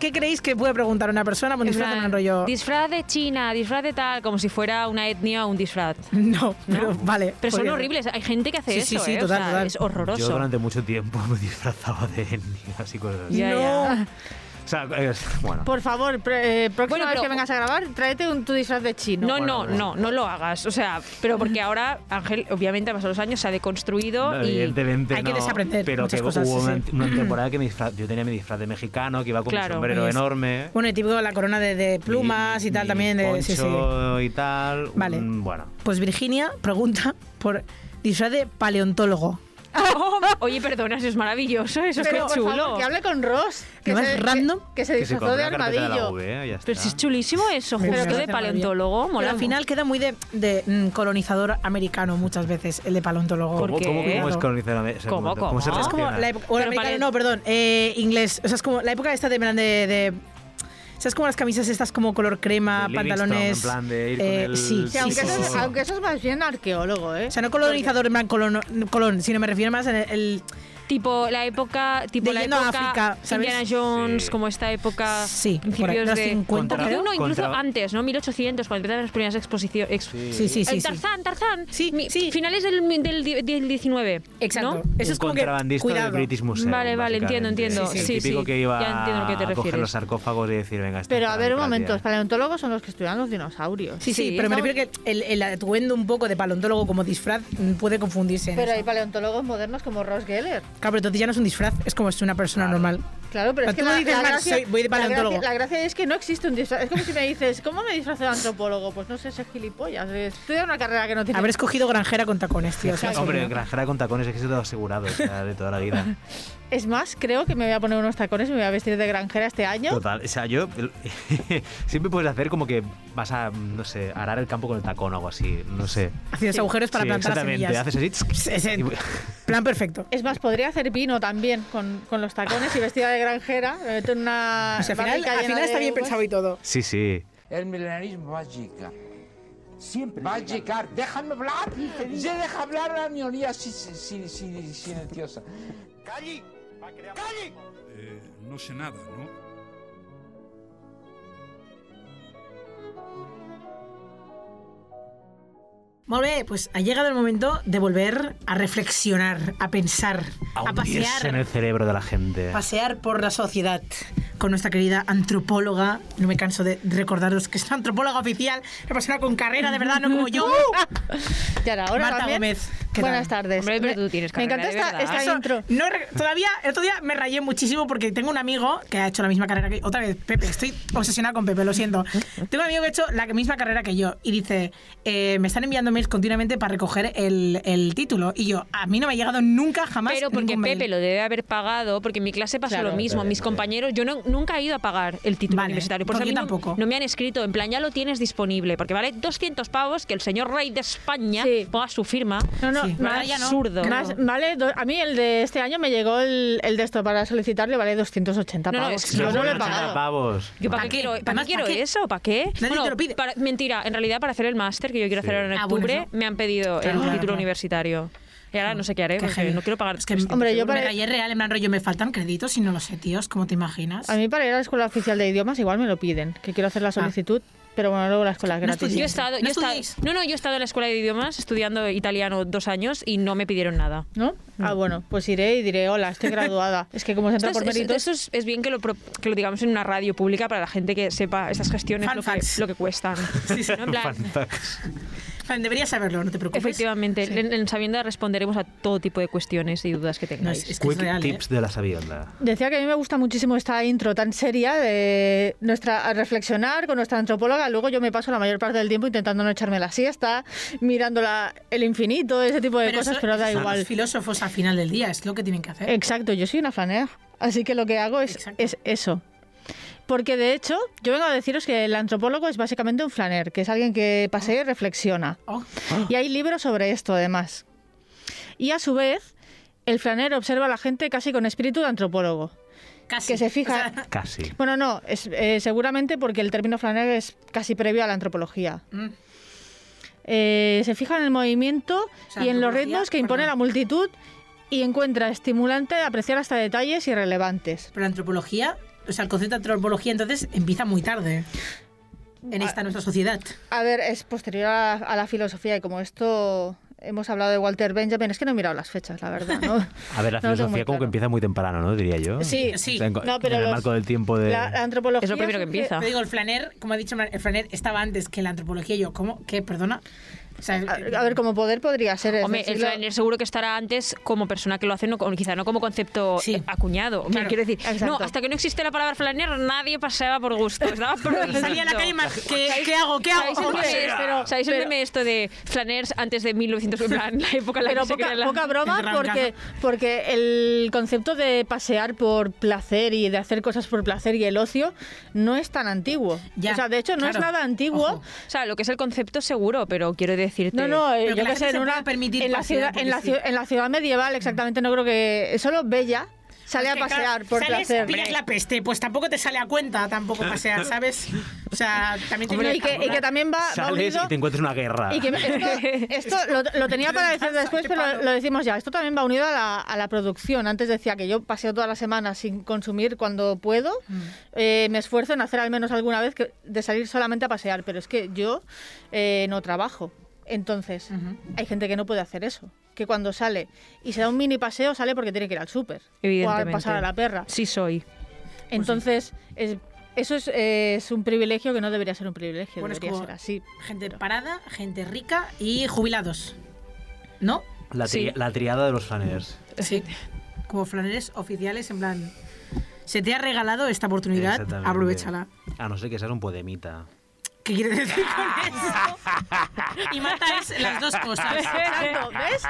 ¿qué creéis que puede preguntar una persona por
En
disfraz en
plan,
un rollo?
Disfraz de China, disfraz de tal, como si fuera una etnia o un disfraz.
No, pero vale. pues podría
Pero son
ser.
horribles, hay gente que hace
Sí, sí,
eso,
sí,
¿eh? O
total,
sea,
total.
es
Yo
horroroso.
durante mucho tiempo me disfrazaba de etnias y cosas así.
Ya,
No.
ya.
O sea, es- bueno.
Por favor, pre- eh, próxima
Bueno,
vez
pero-
que vengas a grabar, tráete un, tu disfraz de chino.
No,
Bueno,
no,
pues-
no, no lo hagas. O sea, pero porque ahora Ángel, obviamente, a pasar los años, se ha deconstruido
no,
y.
evidentemente
hay que
no,
desaprender
pero
muchas
que
cosas,
hubo
sí,
una,
sí.
una temporada que mi disfraz- yo tenía mi disfraz de mexicano que iba con
Claro,
un sombrero
es-
enorme
Bueno, el típico de la corona de, de plumas
mi-
y tal
mi
también. De, sí, sí.
poncho y tal
Vale.
un- bueno
Pues Virginia pregunta por disfraz de paleontólogo.
Oh, oye, perdona, eso es maravilloso, eso es que
Pero, por
chulo.
favor, que hable con Ross. Que
¿No es
se,
random?
Que, que se
que se
disfrazó
compró
de
la carpeta de la
armadillo.
V, ¿eh? ya
Pero si es
está.
chulísimo eso,
Me
justo
parece
de
maravilla.
paleontólogo,
Pero
Oh, mola.
al final queda muy de, de, mm, colonizador americano muchas veces, el de paleontólogo.
¿Por
¿Cómo,
qué?
cómo, cómo es
Claro. Ah,
colonizar o sea,
¿Cómo, cómo?
se
Es
Es como
relaciona?
la época. o el
Pero
americano,
pare-
no, perdón. eh, inglés. O sea, es como la época esta de. de, de ¿Sabes como las camisas estas como color crema,
De Livingstone,
pantalones?
en plan de ir con
eh,
el
sí,
Sí,
sí,
aunque,
sí,
eso
sí,
es,
sí.
aunque eso es más bien arqueólogo, ¿eh?
O sea, no colonizador, en plan colono- colon, sino me refiero más en el, el
Tipo la época. Tipo
De
la
yendo a
época
África, ¿sabes?
Indiana Jones,
Sí.
como esta época.
Sí, por ahí,
principios
los
de.
50,
Porque
creo.
uno incluso
Contra-
antes, ¿no? 1800, cuando empezaron las primeras exposiciones.
Sí, sí, sí. sí.
Tarzán, Tarzán.
Sí,
Mi-
sí.
Finales del, del, di- del 19. ¿no?
Exacto. Eso
un
es como que.
contrabandista
Cuidado.
del British Museum.
Vale, vale, entiendo,
básicamente.
entiendo.
El
Sí,
típico
sí,
que iba
ya entiendo a qué te
a coger
refieres.
los sarcófagos y decir, venga, esto
Pero
es
a
para
ver, un
Italia.
momento, los paleontólogos son los que estudian los dinosaurios.
Sí, sí,
Sí,
pero me
estamos-
refiero que el, el atuendo un poco de paleontólogo como disfraz mm, puede confundirse. en
Pero
eso.
hay paleontólogos modernos como Ross Geller.
Claro, pero entonces ya no es un disfraz, es como si es una persona
Claro.
normal.
Claro, pero,
Pero
es que
tú
la,
me dices,
la
"Mar,
gracia,
soy- voy de
la gracia-
paleontólogo".
La gracia es que no existe un disfraz. Es como si me dices, ¿cómo me disfrazo de antropólogo? Pues no sé, ser gilipollas. Estudia una carrera que no tiene.
Haber escogido granjera con tacones, tío. o sea,
Hombre,
seguro.
granjera con tacones es que se te lo asegurado, o sea, de toda la vida.
Es más, creo que me voy a poner unos tacones y me voy a vestir de granjera este año.
Total, o sea, yo siempre puedes hacer como que vas a, no sé, arar el campo con el tacón o algo así, no sé.
Haciendo agujeros para
Sí,
plantar las
exactamente,
semillas.
haces así.
Es el
y-
plan perfecto.
Es más, podría hacer vino también con, con los tacones y vestida de granjera. Me meto en
Ah,
una.
O sea, al final,
barrica
al
llena
final
de
está bien
uvas.
pensado y todo.
Sí, sí.
El milenarismo va a llegar. Siempre. Va a llegar. Déjame hablar. Ya deja hablar a la minoría sin, sin, sin, silenciosa.
Eh, no sé nada, ¿no?
Molt bé, pues ha llegado el momento de volver a reflexionar, a pensar,
A
a
hundirse en
pasear,
el cerebro de la gente.
pasear por la sociedad con nuestra querida antropóloga. No me canso de recordaros que es una antropóloga oficial, una persona con carrera de verdad, no como yo.
Y ahora,
Marta
también,
Gómez, ¿qué tal?
Buenas tardes.
Hombre, pero tú tienes
Me
carrera
encanta
de
esta,
verdad.
esta
Eso,
intro.
no he re- todavía el otro día me rayé muchísimo porque tengo un amigo que ha hecho la misma carrera que otra vez Pepe estoy obsesionada con Pepe lo siento tengo un amigo que ha hecho la misma carrera que yo y dice eh, me están enviando mails continuamente para recoger el, el título y yo a mí no me ha llegado nunca jamás
Pero porque
ningún mail.
Pepe lo debe haber pagado, porque en mi clase pasó
Claro.
lo mismo. Mis compañeros, yo no- nunca he ido a pagar el título
Vale,
universitario. Por eso a
porque
mí no-
tampoco.
No, me han escrito, en plan, ya lo tienes disponible, porque vale 200 pavos que el señor rey de España
Sí.
ponga su firma.
No, no,
Sí.
más-
Vaya, no. Absurdo.
más- vale, do- a mí el de este año me llegó el, el de esto para solicitarle, vale 280
No, no,
pavos.
es que
Yo
no
no lo he
me lo han
pagado.
Pavos.
Yo, ¿Para,
¿Para
qué
qué?
quiero, ¿para
Además,
qué quiero
¿para qué?
eso? ¿Para qué?
Nadie te lo pide.
para- mentira, en realidad para hacer el máster que yo quiero hacer ahora en
Ah, bueno,
octubre,
eso.
me han pedido el
Claro, claro,
título
claro.
universitario. Y ahora no sé qué haré,
Qué
porque
heavy.
no quiero pagar.
es que
Hombre, yo
me
pare-
rayé real en plan rollo me faltan créditos y no lo sé tíos ¿cómo te imaginas?
A mí para ir a la escuela oficial de idiomas igual me lo piden, que quiero hacer
Ah.
la solicitud, pero bueno, luego la escuela
No
gratis.
yo
estudié.
he estado,
No
yo he estado-
estudiéis.
no, no, yo he estado en la escuela de idiomas estudiando italiano dos años y no me pidieron nada.
¿No? Ah, bueno, pues iré y diré, hola, estoy graduada. es que como se entra
Mm. Esto
por
es- es-
méritos...
eso es, es bien que lo, pro- que lo digamos en una radio pública para la gente que sepa estas gestiones
Fun
lo que,
facts.
lo que cuestan. ¿No? En plan,
deberías saberlo no te preocupes
efectivamente,
Sí.
en, en Sabienda responderemos a todo tipo de cuestiones y dudas que
No, es,
tengáis.
es que es
Quick
real ¿eh?
tips de la sabionda.
Decía que a mí me gusta muchísimo esta intro tan seria de nuestra a reflexionar con nuestra antropóloga. Luego yo me paso la mayor parte del tiempo intentando no echarme la siesta, mirando la- el infinito, ese tipo de
pero
cosas,
eso-
pero da
son
igual. Eh,
los filósofos al final del día es lo que tienen que hacer
Exacto, yo soy una flanera. Así que lo que hago es,
¿Eh? Exacto.
es eso. Porque de hecho, yo vengo a deciros que el antropólogo es básicamente un flaner, que es alguien que pasea y reflexiona.
Oh.
Y hay libros sobre esto, además. Y a su vez, el flaner observa a la gente casi con espíritu de antropólogo.
Casi.
que se fija-
O sea,
Casi.
Bueno, no, es, eh, seguramente porque el término flaner es casi previo a la antropología.
mm.
Eh, se fija en el movimiento
sea,
y en los
antropología,
ritmos que impone
perdón.
la multitud y encuentra estimulante apreciar hasta detalles irrelevantes.
Pero la antropología, o sea, el concepto de antropología entonces empieza muy tarde
Ah.
en esta nuestra sociedad.
A ver, es posterior a, a la filosofía y como esto hemos hablado de Walter Benjamin, es que no he mirado las fechas, la verdad. ¿no?
A ver, la
No lo tengo
filosofía
muy
como que
claro.
empieza muy temprano, ¿no? Diría yo.
Sí, sí.
O sea, en,
No, pero
en el
los-
marco del tiempo de...
La, la antropología
Es lo primero que
surge-
empieza.
Te digo, el Flaner, como ha dicho, el Flaner estaba antes que la antropología. Yo, ¿cómo? ¿Qué? ¿Perdona? O sea,
A, a ver, como poder podría ser. es
Hombre,
decir,
el
lo-
planner seguro que estará antes como persona que lo hace, no, con- quizá no como concepto
Sí.
eh, acuñado. Hombre,
Claro,
quiero decir, no,
exacto.
hasta que no existe la palabra flaner, nadie paseaba por gusto. Estaba por
salía a la
gusto.
calle y me- ¿qué, ¿qué hago? ¿Qué hago?
¿Sabéis el, meme, esto-
pero-
¿sabéis el
pero-
meme esto de flaners antes de 1900? En plan, la época en la
Pero
que se
poca,
crea la-
poca
El
broma
gran
porque, porque el concepto de pasear por placer y de hacer cosas por placer y el ocio no es tan antiguo.
Ya,
o sea, de hecho no es
claro.
nada antiguo.
Ojo.
O sea, lo que es el concepto seguro, pero quiero decirte...
No, no, eh,
Pero que
yo
la
que sé,
gente se
en una
pueda permitir
en la
pasear
ciudad
porque
en la,
sí.
ciu- en la ciudad medieval exactamente no creo que solo Bella Sale
Pues
a
que, claro,
pasear por
sales,
placer.
Pillas la peste, pues tampoco te sale a cuenta tampoco pasear, ¿sabes? O sea, también te
y, que, y que también va, va
Sales
unido-
y te encuentras una guerra.
Y que me- esto, esto lo, lo tenía para decir después, pero lo decimos ya. Esto también va unido a la, a la producción. Antes decía que yo paseo toda la semana sin consumir cuando puedo.
Mm.
Eh, me esfuerzo en hacer al menos alguna vez que, de salir solamente a pasear, pero es que yo eh, no trabajo. Entonces, hay gente que no puede hacer eso. Que cuando sale y se da un mini paseo, sale porque tiene que ir al súper. O a
Evidentemente. Pues
pasar a la perra.
Sí soy.
Entonces, es- eso es, eh, es un privilegio que no debería ser un privilegio.
Bueno, es
debería
como-
ser así.
Gente parada, gente rica y jubilados. ¿No?
La, tri-
Sí.
la triada de los flaners.
Sí. Como flaneles oficiales, en plan. Se te ha regalado esta oportunidad,
Exactamente.
aprovechala.
A no ser que seas un podemita.
¿Qué quieres decir con eso? Y Marta es las dos cosas.
Exacto, ¿ves?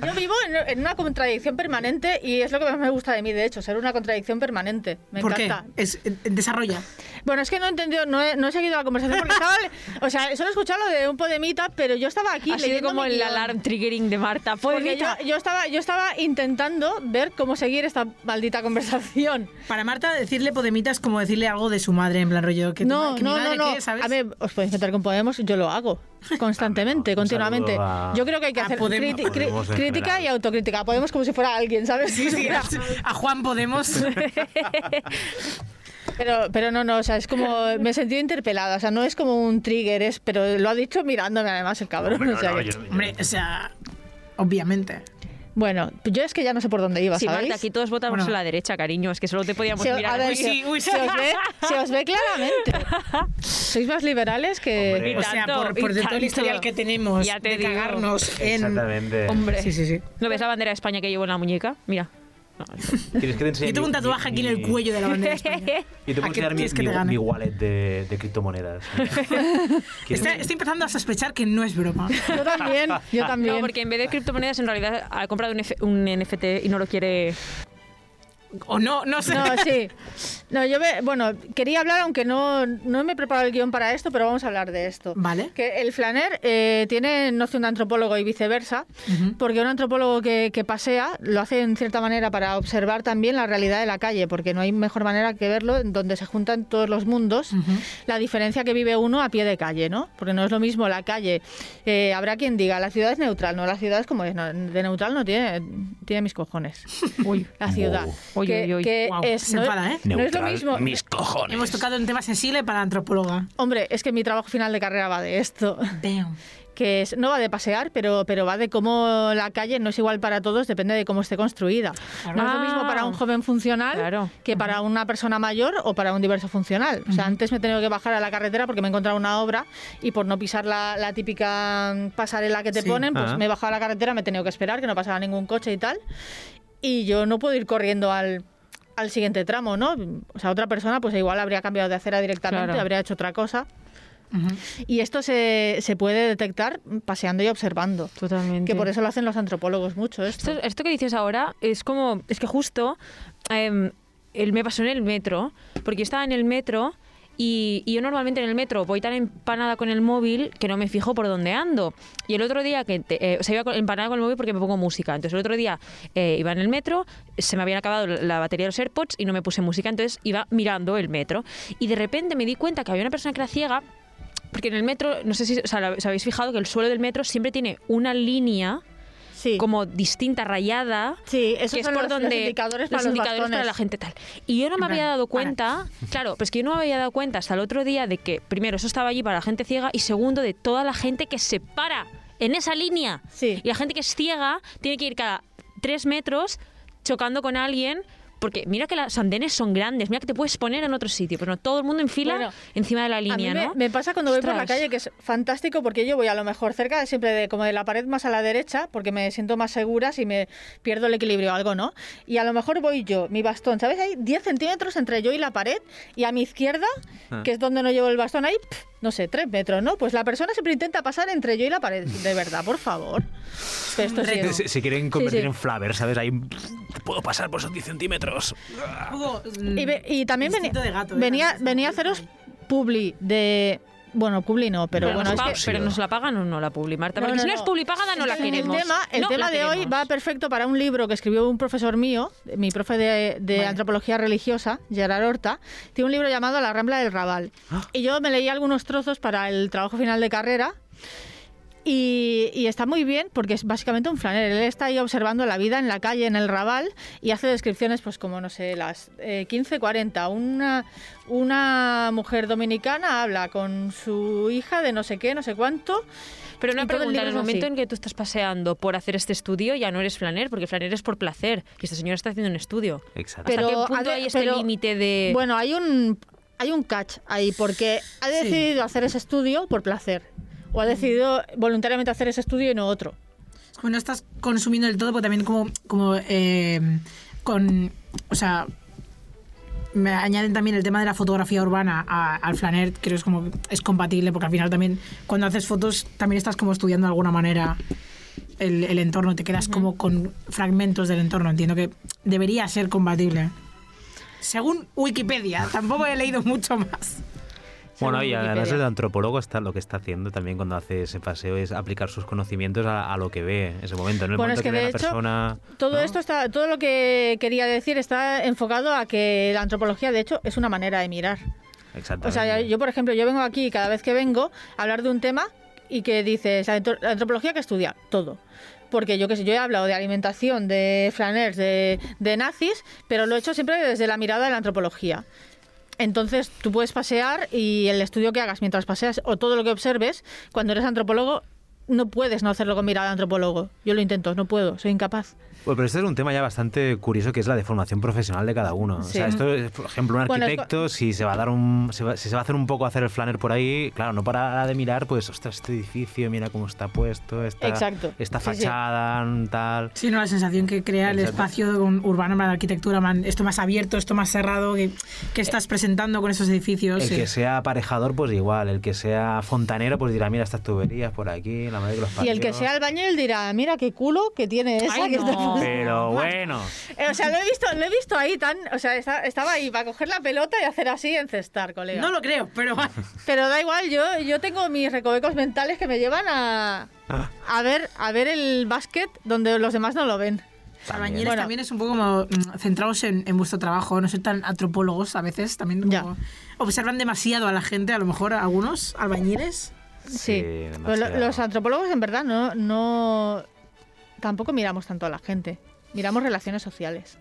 Yo, yo vivo en, en una contradicción permanente y es lo que más me gusta de mí, de hecho, ser una contradicción permanente. Me
¿Por qué?
encanta.
Es, eh, desarrolla.
Bueno, es que no he entendido, no he, no he seguido la conversación porque estaba. O sea, solo he escuchado lo de un podemita, pero yo estaba aquí
Ha sido
leyendo
como
mi
el
guión.
alarm triggering de Marta.
Porque yo,
Podemita.
yo estaba, yo estaba intentando ver cómo seguir esta maldita conversación.
Para Marta, decirle podemita es como decirle algo de su madre, en plan rollo. Que tu
no,
ma- que mi
no,
madre
no, no.
qué, ¿sabes?
A ver, os podéis meter con Podemos, yo lo hago constantemente,
Un
continuamente.
saludo a-
Yo creo que hay que
a
hacer
Podemos.
criti- cri-
A Podemos en
crítica
general.
y autocrítica. A Podemos como si fuera alguien, ¿sabes?
Sí, sí,
Fuera-
a, a Juan Podemos.
Pero, pero no, no, o sea, es como. Me he sentido interpelada, o sea, no es como un trigger, es. Pero lo ha dicho mirándome además el cabrón, o sea que-
Hombre, o sea, obviamente.
Bueno, yo es que ya no sé por dónde iba,
Sí,
¿sabéis?
Marta, aquí todos votamos
Bueno.
a la derecha, cariño. Es que solo te podíamos
Se-
mirar.
a ver,
Uy,
se-
sí, uy, sí.
se os ve, se os ve claramente. Sois más liberales que.
Hombre.
O sea,
tanto,
por,
y
por de todo el
tanto.
historial que tenemos
Ya te
de
digo.
cagarnos en...
Exactamente.
Hombre.
Sí, sí, sí.
¿No ves la bandera de España que llevo en la muñeca? Mira.
¿Quieres que te enseñe
Yo tengo un
mi-
tatuaje aquí en el
mi-
cuello de la bandera de España.
Yo te
¿A
puedo
qué
enseñar mi,
quieres que te
mi-
gane?
mi wallet de, de criptomonedas. Mira. ¿Quieres-
Está- estoy empezando a sospechar que no es broma.
Yo también, yo también.
No, porque en vez de criptomonedas, en realidad ha comprado un, F- un NFT y no lo quiere.
O no, no sé.
No, sí. No, yo me- bueno, quería hablar, aunque no, no me he preparado el guión para esto, pero vamos a hablar de esto.
Vale.
Que el flaner eh, tiene noción de antropólogo y viceversa, porque un antropólogo que, que pasea lo hace en cierta manera para observar también la realidad de la calle, porque no hay mejor manera que verlo en donde se juntan todos los mundos, la diferencia que vive uno a pie de calle, ¿no? Porque no es lo mismo la calle. eh, habrá quien diga, la ciudad es neutral, no, la ciudad es como es, no, de neutral no tiene, tiene mis cojones.
Uy.
La ciudad.
Uy,
que,
uy, uy.
que
Guau,
es,
se
no,
enfada, ¿eh?
no es lo
Neutral,
mismo.
Mis cojones.
Hemos tocado un tema sensible para antropóloga.
Hombre, es que mi trabajo final de carrera va de esto,
Damn.
que es, no va de pasear, pero, pero va de cómo la calle no es igual para todos, depende de cómo esté construida.
Claro.
No es lo mismo para un joven funcional
Claro.
que para una persona mayor o para un diverso funcional. O sea, antes me he tenido que bajar a la carretera porque me he encontrado una obra y por no pisar la, la típica mm, pasarela que te
Sí.
ponen, pues
Ah.
me he bajado a la carretera, me he tenido que esperar, que no pasaba ningún coche y tal. Y yo no puedo ir corriendo al, al siguiente tramo, ¿no? O sea, otra persona pues igual habría cambiado de acera directamente,
Claro.
habría hecho otra cosa. Y esto se, se puede detectar paseando y observando.
Totalmente.
Que por eso lo hacen los antropólogos mucho esto.
Esto, esto que dices ahora es como. Es que justo. em, el, me pasó en el metro. Porque yo estaba en el metro. Y, y yo normalmente en el metro voy tan empanada con el móvil que no me fijo por dónde ando. Y el otro día que... te- eh, o sea, iba con- empanada con el móvil porque me pongo música. Entonces el otro día eh, iba en el metro, se me habían acabado la- la batería de los AirPods y no me puse música. Entonces iba mirando el metro. Y de repente me di cuenta que había una persona que era ciega porque en el metro, no sé si o sea, la- os habéis fijado que el suelo del metro siempre tiene una línea
Sí.
como distinta, rayada.
Sí, esos
que es
son
por
los- los
donde
indicadores para
los
los
indicadores
bastones.
para la gente tal. Y yo no me
En
había
plan,
dado
para.
cuenta, claro, pues que yo no me había dado cuenta hasta el otro día de que primero eso estaba allí para la gente ciega y segundo de toda la gente que se para en esa línea.
Sí.
Y la gente que es ciega tiene que ir cada tres metros chocando con alguien. Porque mira que los andenes son grandes, mira que te puedes poner en otro sitio, pero no todo el mundo en fila
Bueno,
encima de la
A mí
línea,
me,
¿no?
me pasa cuando voy por la
Ostras.
calle que es fantástico porque yo voy a lo mejor cerca de siempre de como de la pared más a la derecha porque me siento más segura si me pierdo el equilibrio o algo, ¿no? Y a lo mejor voy yo, mi bastón, ¿sabes? Hay 10 centímetros entre yo y la pared y a mi izquierda,
Ah.
que es donde no llevo el bastón, hay, pf, no sé, 3 metros, ¿no? Pues la persona siempre intenta pasar entre yo y la pared. De verdad, por favor. Pero esto sí
reto.
es-
Se, se quieren convertir
sí.
en flaver, ¿sabes? Ahí puedo pasar por esos 10 centímetros.
Hugo, mm,
Y, ve- y también venía,
instinto de gato, ¿eh?
venía,
También es
venía a
como-
haceros publi de bueno, Publi no, pero,
Pero,
bueno,
nos
es
pa-
que...
pero nos la pagan o no la Publi, Marta.
No,
Porque
no,
si no,
no.
es Publi pagada, no la
El-
queremos.
El tema, el
No
tema
la
de hoy
queremos.
va perfecto para un libro que escribió un profesor mío, mi profe de, de
Vale.
antropología religiosa, Gerard Horta. Tiene un libro llamado La Rambla del Raval.
Ah.
Y yo me leí algunos trozos para el trabajo final de carrera. Y, y está muy bien porque es básicamente un flaner. Él está ahí observando la vida en la calle, en el Raval, y hace descripciones, pues como, no sé, las eh, 15, 40. Una, una mujer dominicana habla con su hija de no sé qué, no sé cuánto.
Pero una
y todo el
pregunta, en
libro
el
es así.
momento en que tú estás paseando por hacer este estudio, ya no eres flaner, porque flaner es por placer. Y esta señora está haciendo un estudio.
Exacto.
Pero,
Pero,
¿Hasta qué
a
punto
ver,
hay este
pero-
límite
Eh,
de...?
Bueno, hay un hay un catch ahí porque ha decidido hacer ese estudio por placer o ha decidido voluntariamente hacer ese estudio y no otro.
Es como Pues no estás consumiendo del todo, porque también como, como eh, con, o sea, me añaden también el tema de la fotografía urbana a- al flaner, creo que es como es compatible, porque al final también cuando haces fotos también estás como estudiando de alguna manera el, el entorno, te quedas como con fragmentos del entorno, entiendo que debería ser compatible. Según Wikipedia, tampoco he leído mucho más.
Bueno, y
Según
además
Wikipedia.
el antropólogo está, lo que está haciendo también cuando hace ese paseo es aplicar sus conocimientos a, a lo que ve en ese momento. En el
Bueno,
momento
es que
ve
de
a la
hecho,
persona.
Todo
¿no?
esto está todo lo que quería decir está enfocado a que la antropología de hecho es una manera de mirar. O
Exactamente.
sea, yo por ejemplo, yo vengo aquí y cada vez que vengo a hablar de un tema y que dices, "La antro- la antropología que estudia todo. Porque yo que sé, yo he hablado de alimentación, de flaners, de, de nazis, pero lo he hecho siempre desde la mirada de la antropología. Entonces tú puedes pasear y el estudio que hagas mientras paseas o todo lo que observes, cuando eres antropólogo, no puedes no hacerlo con mirada de antropólogo. Yo lo intento, no puedo, soy incapaz.
Bueno, pero este es un tema ya bastante curioso que es la deformación profesional de cada uno. O
Sí.
sea, esto es, por ejemplo, un
Bueno, es co-
arquitecto, si se va a dar un. se va- si se va a hacer un poco a hacer el flaner por ahí, claro, no para de mirar, pues, ostras, este edificio, mira cómo está puesto, esta,
Exacto.
esta
Sí, sí.
fachada, mm, tal.
Sí, no, la sensación que crea el
Exacto.
espacio un- urbano, la arquitectura, man, esto más abierto, esto más cerrado, que, que estás presentando con esos edificios.
Eh.
eh.
El
sí.
que sea aparejador, pues igual. El que sea fontanero, pues dirá, mira estas tuberías por aquí, la madre que los
Y el que
parió".
sea albañil dirá, mira qué culo que tiene esa
Ay,
que
no.
está puesta".
Pero bueno.
Eh, O sea, lo he visto, lo he visto ahí tan, o sea, esta- estaba ahí para coger la pelota y hacer así y encestar, colega.
No lo creo, pero bueno.
Pero da igual, yo, yo tengo mis recovecos mentales que me llevan a,
Ah.
a ver, a ver el básquet donde los demás no lo ven.
Albañiles
Bueno.
también es un poco como mm, centrados en, en vuestro trabajo, no ser tan antropólogos a veces, también como
Ya.
observan demasiado a la gente, a lo mejor algunos albañiles.
Sí. Pues lo-
demasiado.
los antropólogos en verdad no, no tampoco miramos tanto a la gente. Miramos relaciones sociales.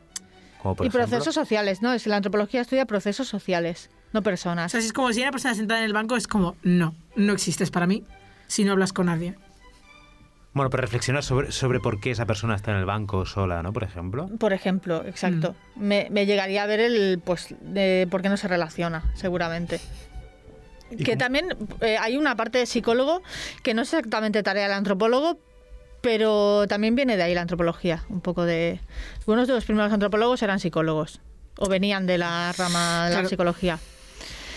Como por
y
ejemplo-
procesos sociales, ¿no? Es, la antropología estudia procesos sociales, no
O
personas.
sea, si es como si una persona sentada en el banco, es como, no, no existes para mí si no hablas con nadie.
Bueno, pero reflexionar sobre, sobre por qué esa persona está en el banco sola, ¿no? Por ejemplo.
Por ejemplo, exacto. Me, me llegaría a ver el, pues, de por qué no se relaciona, seguramente. Que también eh, hay una parte de psicólogo que no es exactamente tarea del antropólogo, pero también viene de ahí la antropología, un poco de... Algunos de los primeros antropólogos eran psicólogos o venían de la rama de
Claro.
la psicología.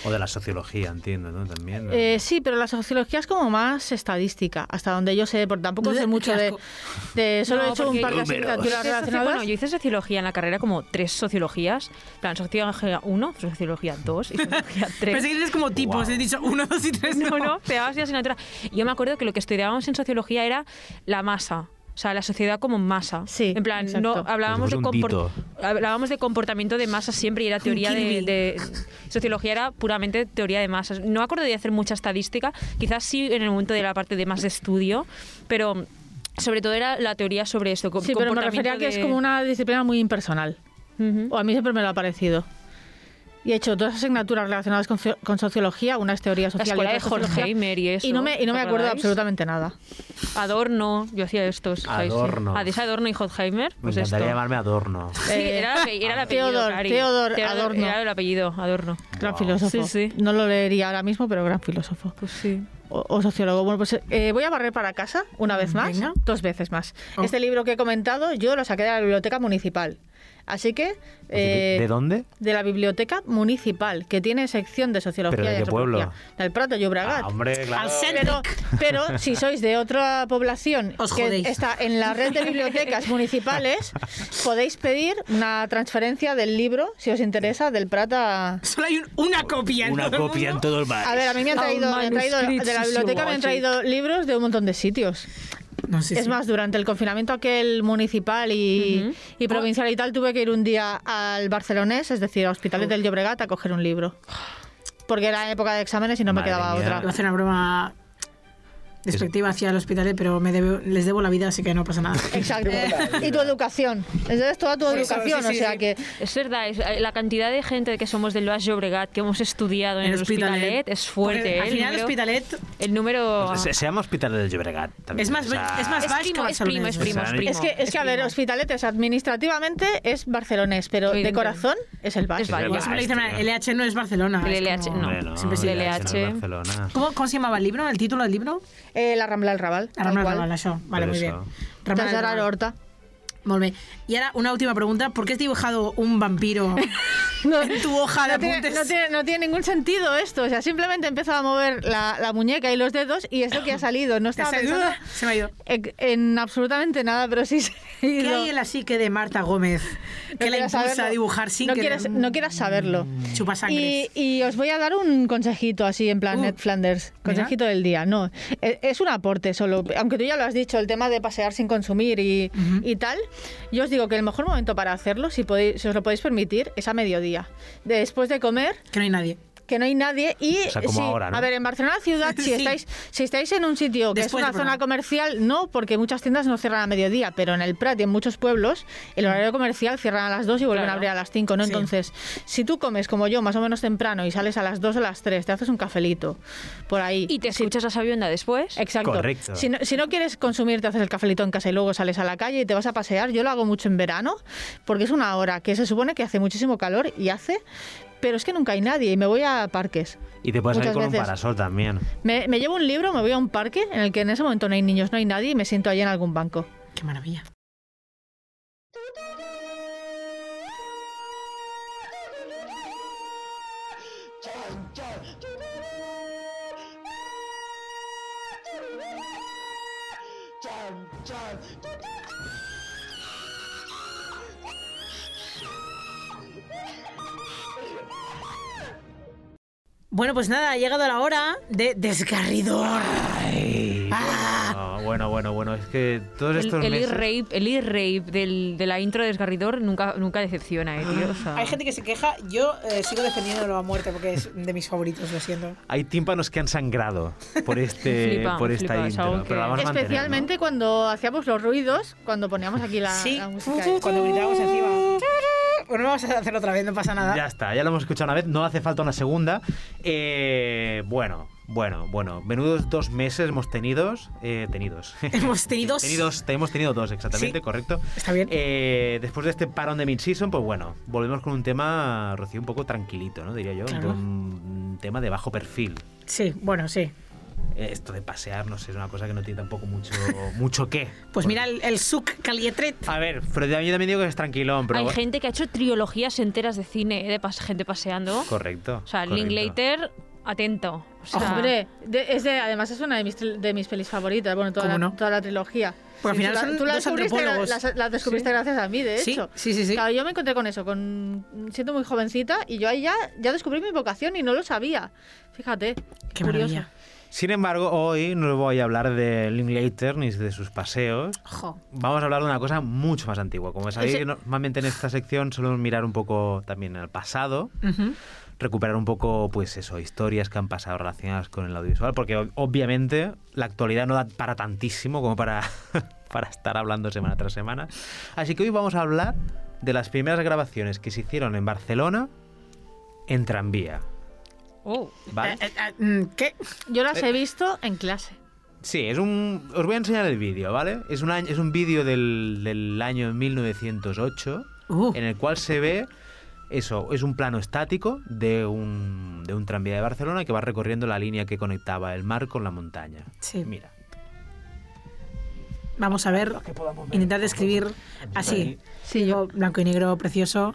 O de la sociología, entiendo, ¿no? También. ¿no?
Eh, sí, pero la sociología es como más estadística, hasta donde yo sé, porque tampoco
Bleh,
sé mucho
qué
de...
asco.
de- solo he
No,
hecho un
porque
par de
yo hice
asignaturas
soci-
relacionadas.
Bueno, yo hice sociología en la carrera, como tres sociologías. En plan, sociología 1, sociología 2 y sociología 3.
Pero si dices como tipos, he dicho uno, dos y tres.
No,
No,
no, pegabas y asignatura. Yo me acuerdo que lo que estudiábamos en sociología era la masa. O sea, la sociedad como masa.
Sí,
En plan,
exacto.
no hablábamos de,
Como si fuese un
compor- hablábamos de comportamiento de masa siempre y era teoría de,
Kirby.
de- Sociología era puramente teoría de masas. No me acuerdo de hacer mucha estadística, quizás sí en el momento de la parte de más de estudio, pero sobre todo era la teoría sobre esto. co-
Sí, pero me
comportamiento
refería a que es
de-
como una disciplina muy impersonal.
Ujú.
O a mí siempre me lo ha parecido. Y he hecho dos asignaturas relacionadas con, soci- con sociología, una es teoría
La
social
escuela
y
de
otra es sociología.
Horkheimer y eso.
Y no me, y no
¿os
me acuerdo
acordáis?
absolutamente nada.
Adorno, yo hacía estos. ¿sabéis?
Adorno.
Ah, de ese Adorno y Horkheimer.
Me
Pues
encantaría
esto.
llamarme Adorno.
Sí,
Eh,
era, el ape- era el apellido.
Theodor,
Cari.
Theodor Adorno.
Era el apellido, Adorno.
Gran
Wow.
filósofo.
Sí, sí.
No lo leería ahora mismo, pero gran filósofo.
Pues sí.
O, o sociólogo. Bueno, pues eh, voy a barrer para casa una vez más,
Venga.
dos veces más.
Oh.
Este libro que he comentado yo lo saqué de la biblioteca municipal. Así que...
¿De-
eh,
¿De dónde?
de la biblioteca municipal, que tiene sección de sociología
¿Pero de
y
qué
antropología.
pueblo?
Del Prat de Llobregat.
Ah, hombre, claro.
pero, pero si sois de otra población
Os
que
jodéis.
está en la red de bibliotecas municipales, podéis pedir una transferencia del libro, si os interesa, del Prat a...
Solo hay un- una copia en
Una
todo el
copia en
mundo.
todo el mar.
A ver, a mí me han
A un
traído, me han traído- de la
manuscrito
biblioteca me han traído libros de un montón de sitios.
No sé
es
si-
más, durante el confinamiento aquel municipal y,
Ujú. Ah.
y provincial y tal, tuve que ir un día al Barcelonés, es decir, a Hospitales del Llobregat, a coger un libro. Porque era época de exámenes y no
Madre
me quedaba
mía.
Iba a
otra.
hacer una broma despectiva hacia el hospital, pero me debo- les debo la vida, así que no pasa nada.
Exacto. y tu educación. Entonces, toda tu
Eso,
educación,
sí, sí,
o sea
sí.
que...
Es verdad, es- eh, la cantidad de gente que somos del Loas Llobregat, que hemos estudiado en el, Hospitalet, es fuerte.
Porque
¿eh?
Al
El
final, el Pues
número-
Hospitalet
El número...
Se, se llama Hospital del Llobregat. también,
es más,
o sea,
es más
es
vasco
primo,
que
es primo,
barcelonés.
es primo, es
Es
primo.
Es que, es que a ver,
primo.
Hospitaletes administrativamente es barcelonés, pero de
Evidentemente.
corazón es el Barça.
Es Barça.
el
Y eso me lo dicen,
Barça.
LH no es Barcelona.
El
es
LH,
como-
no.
Hombre,
siempre se
el
dice.
LH.
no, Barcelona.
¿Cómo, cómo se llamaba el libro? ¿El título del libro?
Eh, la Rambla del Raval.
La
tal
Rambla
cual.
del Raval, això. Vale,
Per
muy bien.
això.
Rambla
Entonces,
del
ahora
Raval.
Horta.
Molt bé. Y ahora una última pregunta. ¿Por qué has dibujado un vampiro en tu hoja de
No tiene,
apuntes?
no tiene- no tiene ningún sentido esto. O sea, simplemente empezaba a mover la, la muñeca y los dedos y es lo que ha salido.
Que
No estaba
se-
pensando
se me ha ido.
en, en absolutamente nada, pero sí se ha
¿Qué
ido.
hay en la psique de Marta Gómez
No
que la
quieras
impulsa a
saberlo.
dibujar sin
no
que
quieras, no quieras saberlo.
chupa sangre?
Y, y os voy a dar un consejito así en plan
Uh,
Ned Flanders,
mira.
consejito del día, no, e- es un aporte solo, aunque tú ya lo has dicho, el tema de pasear sin consumir y, y tal, yo os digo que el mejor momento para hacerlo, si, podéis, si os lo podéis permitir, es a mediodía, después de comer,
Que no hay nadie.
que no hay nadie y
O sea, como
sí,
ahora, ¿no?
a ver, en Barcelona ciudad, si,
Sí.
estáis, si estáis en un sitio que
Después
es
del
una zona
programa.
comercial, no, porque muchas tiendas no cierran a mediodía, pero en el Prat y en muchos pueblos el horario comercial cierran a las 2 y vuelven
Claro.
a abrir a las 5, ¿no?
Sí.
Entonces, si tú comes como yo, más o menos temprano y sales a las 2 o las 3, te haces un cafelito por ahí.
Y te
Si-
escuchas la sabionda después.
Exacto.
Correcto.
Si no, si no quieres consumir, te haces el cafelito en casa y luego sales a la calle y te vas a pasear. Yo lo hago mucho en verano porque es una hora que se supone que hace muchísimo calor y hace, pero es que nunca hay nadie y me voy a parques.
Y te puedes salir
Muchas
con un
veces.
parasol también.
Me, me llevo un libro, me voy a un parque en el que en ese momento no hay niños, no hay nadie y me siento allí en algún banco.
Qué maravilla. Bueno, pues nada, ha llegado la hora de desgarridor.
Ay, no, bueno, bueno, bueno. Es que todos
El,
estos
el
meses...
e-rape, el e-rape del, de la intro de Desgarridor nunca, nunca decepciona, eh, tío. O sea,
Hay gente que se queja, yo eh, sigo defendiéndolo a muerte porque es de mis favoritos, lo siento.
Hay tímpanos que han sangrado por, este,
Flipa,
por esta
flipa, es
intro.
algo que-
Pero la vamos a mantener,
Especialmente cuando hacíamos los ruidos, cuando poníamos aquí la,
sí,
la música.
cuando gritábamos encima. Bueno, vamos a hacerlo otra vez, no pasa
¿no?
nada.
Ya está, ya lo hemos escuchado una vez. No hace falta una segunda. Eh, bueno, bueno, bueno. Menudos dos meses hemos tenido. Eh, tenidos.
Hemos tenido-
Tenidos- hemos tenido dos, exactamente,
Sí.
correcto.
Está bien.
Eh, después de este parón de mid-season, pues bueno, volvemos con un tema, Rocío, un poco tranquilito, ¿no? Diría yo.
Claro.
Un tema de bajo perfil.
Sí, bueno, sí.
Eh, Esto de pasearnos es una cosa que no tiene tampoco mucho, mucho qué.
Pues
Porque-
mira el, el suc calietret.
Ah,
A ver, Freud yo también digo que es tranquilón, pero...
Hay gente que ha hecho trilogías enteras de cine, eh, de pas- gente paseando.
Correcto.
O sea,
correcto.
Linklater, atento. O sea,
Ah, Hombre, de- es de- además es una de mis, tri- de mis pelis favoritas, bueno, toda,
¿Cómo
la,
no?
toda la trilogía.
Pues al final
tú la-
son
tú la
dos
descubriste gra-
antropólogos.
la- la descubriste gracias a mí, de
Sí,
hecho.
sí, sí, sí.
Claro, yo me encontré con eso, con siendo muy jovencita y yo ahí ya, ya descubrí mi vocación y no lo sabía. Fíjate,
Qué
curioso.
maravilla.
Sin embargo, hoy no voy a hablar de Linklater ni de sus paseos.
Jo.
Vamos a hablar de una cosa mucho más antigua. Como sabéis,
Ese-
normalmente en esta sección solemos mirar un poco también al pasado,
Ujú.
recuperar un poco, pues eso, historias que han pasado relacionadas con el audiovisual, porque ob- obviamente la actualidad no da para tantísimo como para, para estar hablando semana tras semana. Así que hoy vamos a hablar de las primeras grabaciones que se hicieron en Barcelona en tranvía.
oh,
¿vale?
Eh, eh, eh, mm, ¿Qué?
Yo las he visto en clase.
Sí, es un. Os voy a enseñar el vídeo, ¿vale? Es un, año- es un vídeo del, del año 1908
Uh.
en el cual se ve. Eso, es un plano estático de un, de un tranvía de Barcelona que va recorriendo la línea que conectaba el mar con la montaña.
Sí.
Mira.
vamos a ver, intentar describir así,
Sí,
Digo,
yo-
blanco y negro precioso.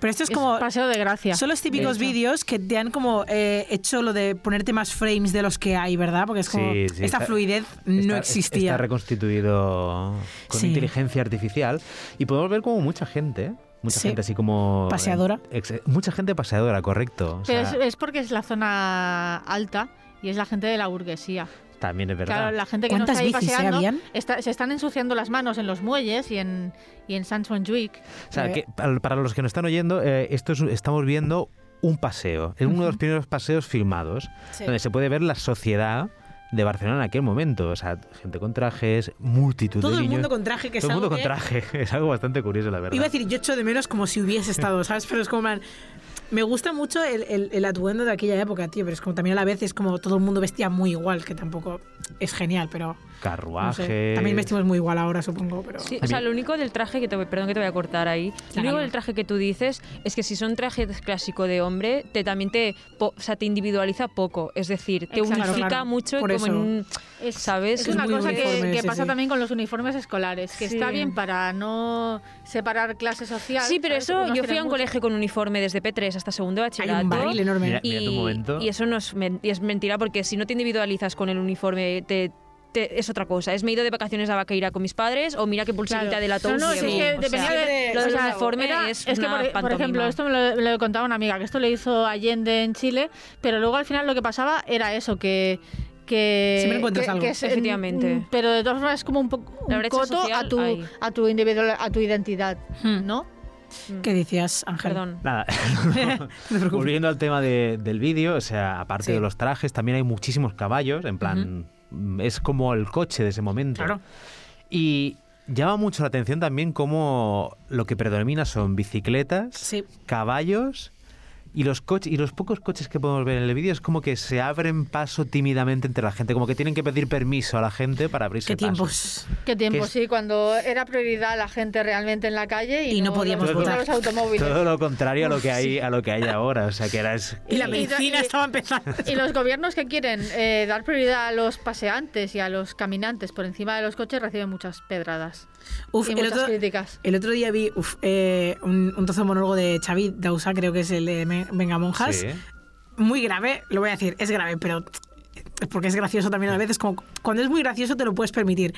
Pero esto es como
paseo de gracia.
son los típicos
De hecho.
vídeos que te han como eh, hecho lo de ponerte más frames de los que hay, ¿verdad? Porque es como
Sí, sí,
esta
está-
fluidez no
Está-
existía.
Está reconstituido con
Sí.
inteligencia artificial y podemos ver como mucha gente, ¿eh? mucha
Sí.
gente así como... eh,
Paseadora.
Ex- mucha gente paseadora, correcto. O
Pero es,
sea,
es porque es la zona alta y es la gente de la burguesía.
también es verdad.
Claro, la gente que no
¿Cuántas
está ahí
bicis, eh,
paseando
habían?
está- se están ensuciando las manos en los muelles y en, y en San Juanjuic.
O sea,
Eh,
que para para los que nos están oyendo, eh, esto es- estamos viendo un paseo. Es uno de los primeros paseos filmados,
Sí.
donde se puede ver la sociedad de Barcelona en aquel momento. O sea, gente con trajes, multitud
Todo
de
el
niños.
mundo con traje que es
todo el mundo
algo que-
con traje. Es algo bastante curioso, la verdad.
Iba a decir, yo echo de menos como si hubiese estado, ¿sabes? Pero es como, man, me gusta mucho el, el- el atuendo de aquella época, tío, pero es como también a la vez es como todo el mundo vestía muy igual, que tampoco es genial, pero no sé.
Carruajes.
también vestimos muy igual ahora, supongo, pero...
Sí, o sea, lo único del traje que te voy, perdón que te voy a cortar ahí, lo
Nada,
único
nada.
del traje que tú dices es que si son trajes clásico de hombre, te también te, po- o sea, te individualiza poco, es decir, te
Exacto.
unifica
Claro,
mucho y
por
como en
eso.
un-
Es,
¿sabes?
es
Es
una
muy
cosa que,
uniforme,
que
sí,
pasa
sí.
también con los uniformes escolares, que
Sí.
está bien para no separar clase social.
Sí, pero
¿sabes?
eso
Unos
yo fui
tienen
a un
mucho-
colegio con uniforme desde P3 hasta segundo de
Hay
bachillerato.
un barril enorme.
Mira,
y,
tu momento.
y eso no es, men- y es mentira porque si no te individualizas con el uniforme te, te- es otra cosa. Es me he ido de vacaciones a Vaqueira con mis padres o mira qué pulserita
Claro.
de latón
No, no,
llevo.
sí, es que
O
dependía
sea,
de-
lo del
o sea,
uniforme
era-
es,
que,
una
por, por
pantomima.
ejemplo, esto me lo, me lo contaba una amiga, que esto le hizo Allende en Chile, pero luego al final lo que pasaba era eso, que... Que,
Siempre encuentras
que-
algo.
que es-
Efectivamente.
Pero de todas formas es como un poco
La
un
brecha
coto
social Hmm.
a tu,
hay.
a tu individual, a tu identidad, ¿no?
¿Qué decías, Ángel?
Perdón.
Nada,
No te preocupes.
volviendo al tema de- del vídeo, o sea, aparte
Sí.
de los trajes, también hay muchísimos caballos, en plan, mm, es como el coche de ese momento.
Claro.
Y llama mucho la atención también cómo lo que predomina son bicicletas,
Sí.
caballos y los coches y los pocos coches que podemos ver en el vídeo es como que se abren paso tímidamente entre la gente, como que tienen que pedir permiso a la gente para abrirse
¿Qué
paso.
tiempos?
¿Qué tiempo?
Que es-
Sí, cuando era prioridad la gente realmente en la calle y,
Y no podíamos
los-
votar.
los automóviles.
Todo lo contrario a lo que hay a lo que hay ahora, o sea, que era es
Y la
Y-
medicina
y-
estaba empezando.
Y los gobiernos que quieren eh, dar prioridad a los paseantes y a los caminantes por encima de los coches reciben muchas pedradas
Uf,
y
el
muchas
otro,
críticas.
el otro día vi uf, eh, un, un trozo de monólogo de Xavi Dausa, creo que es el de Me- Venga Monjas.
Sí.
muy grave, lo voy a decir, es grave, pero es porque es gracioso también a veces, como cuando es muy gracioso te lo puedes permitir.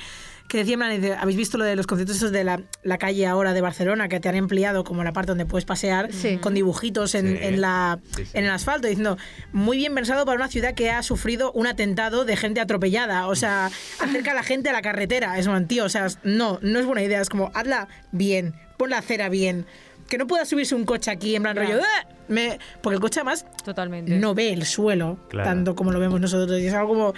Que decía, en plan, dice, habéis visto lo de los conceptos esos de la, la calle ahora de Barcelona que te han empleado como la parte donde puedes pasear
Sí.
con dibujitos en,
Sí.
en la,
Sí, sí.
en el asfalto, diciendo, muy bien pensado para una ciudad que ha sufrido un atentado de gente atropellada, o sea, acerca a la gente a la carretera, es un tío, o sea, no, no es buena idea, es como, hazla bien, pon la acera bien. Que no pueda subirse un coche aquí en plan
Ya.
rollo. "Ah", me- porque el coche además
Totalmente.
no ve el suelo
Claro.
tanto como lo vemos nosotros. Y es algo como.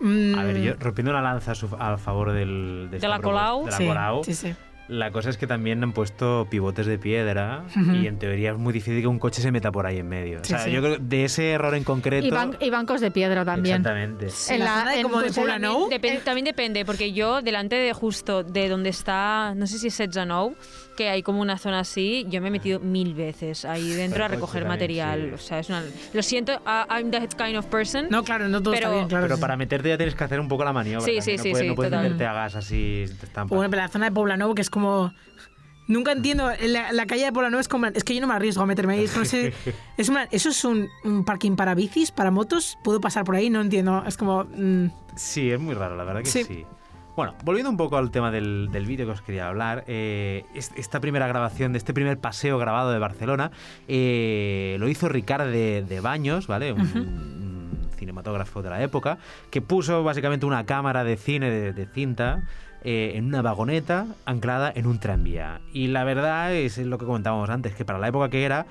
mm,
A ver, yo rompiendo una lanza a, su- a favor del,
De la Colau.
de la
sí,
Colau,
sí, sí.
La cosa es que también han puesto pivotes de piedra
Ujú.
y en teoría es muy difícil que un coche se meta por ahí en medio.
Sí,
o sea,
sí.
yo creo que de ese error en concreto.
Y, ban- y bancos de piedra también.
Exactamente.
En la zona de como de Pobla Nou.
Depen-
Eh.
también depende, porque yo delante de justo de donde está, no sé si es Setzanou, que hay como una zona así, yo me he metido mil veces ahí dentro a
Pero
recoger
coche Pues también,
material.
sí.
O sea, es una, lo siento, I- I'm that kind of person.
No, claro, no todo está
Pero-
bien, claro.
Pero
sí,
para meterte ya tienes que hacer un poco la maniobra.
Sí,
también.
sí,
no
sí,
puedes,
sí,
no puedes
total.
meterte a gas así si te
sí.
estampas.
Bueno, pero la zona de Poblanou, que es como.
Mm.
Nunca entiendo. La, la calle de Poblanou es como. Es que yo no me arriesgo a meterme ahí. Es que no sé. Es una- eso es un, un parking para bicis, para motos. ¿Puedo pasar por ahí? No entiendo. Es como. mm,
Sí, es muy raro, la verdad que
Sí.
sí. Bueno, volviendo un poco al tema del, del vídeo que os quería hablar, eh, es- esta primera grabación, de este primer paseo grabado de Barcelona, eh, lo hizo Ricard de, de Baños, ¿vale? Un, un cinematógrafo de la época, que puso básicamente una cámara de cine de, de cinta eh, en una vagoneta anclada en un tranvía. Y la verdad es lo que comentábamos antes, que para la época que era,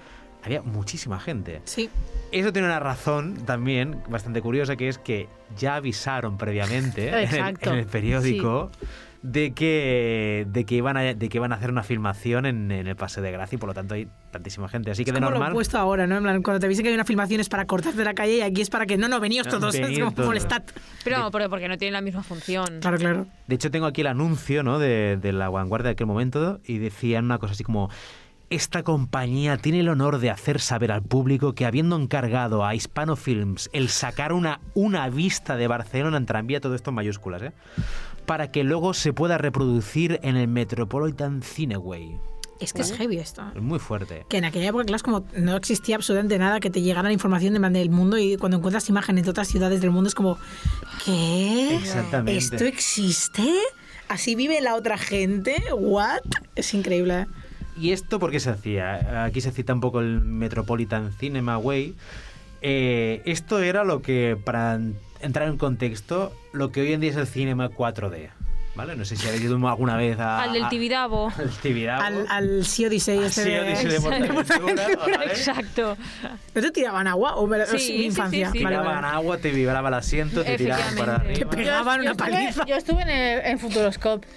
había muchísima gente.
sí.
Eso tiene una razón también bastante curiosa, que es que ya avisaron previamente en el- en,
Exacto,
el periódico de, que, de, que iban a, de que iban a hacer una filmación en, en el Paseo de Gracia y por lo tanto hay tantísima gente. Así que
Es
de
como lo
normal...
opuesto ahora, ¿no? En plan, cuando te dicen que hay una filmación es para cortarte la calle y aquí es para que no, no, veníos
No,
todos.
venid
es como
Ah, todos.
molestad.
Pero vamos, porque- porque no tienen la misma función.
Claro, claro.
De hecho, tengo aquí el anuncio ¿no? de, de la vanguardia de aquel momento y decían una cosa así como... Esta compañía tiene el honor de hacer saber al público que habiendo encargado a Hispano Films el sacar una, una vista de Barcelona en tranvía, todo esto en mayúsculas, ¿eh? para que luego se pueda reproducir en el Metropolitan Cineway.
Es que es heavy esto.
¿eh?
Es muy fuerte.
Que en aquella época, claro, es como no existía absolutamente nada que te llegara la información de man- del mundo y cuando encuentras imágenes de otras ciudades del mundo es como, ¿qué?
Exactamente.
¿Esto existe? ¿Así vive la otra gente? ¿What? Es increíble. ¿eh?
¿Y esto por qué se hacía? Aquí se cita un poco el Metropolitan Cinema Way. Eh, esto era lo que, para en- entrar en contexto, lo que hoy en día es el cinema 4D. ¿Vale? No sé si habéis ido alguna vez a...
Al del
a-
Tibidabo.
Al Tibidabo.
Al, al Sea Odyssey
Ah,
este
sí,
de-
Odisea de Portaventura, ¿vale?
Exacto.
¿No te tiraban agua? ¿O me lo-
Sí,
es
sí,
mi infancia.
sí, sí.
Vale,
Tiraban
vale.
agua, te vibraba el asiento, te tiraban para
Efectivamente.
arriba.
Qué Pegaban una
estuve-
paliza.
Yo estuve en, el- en Futuroscope.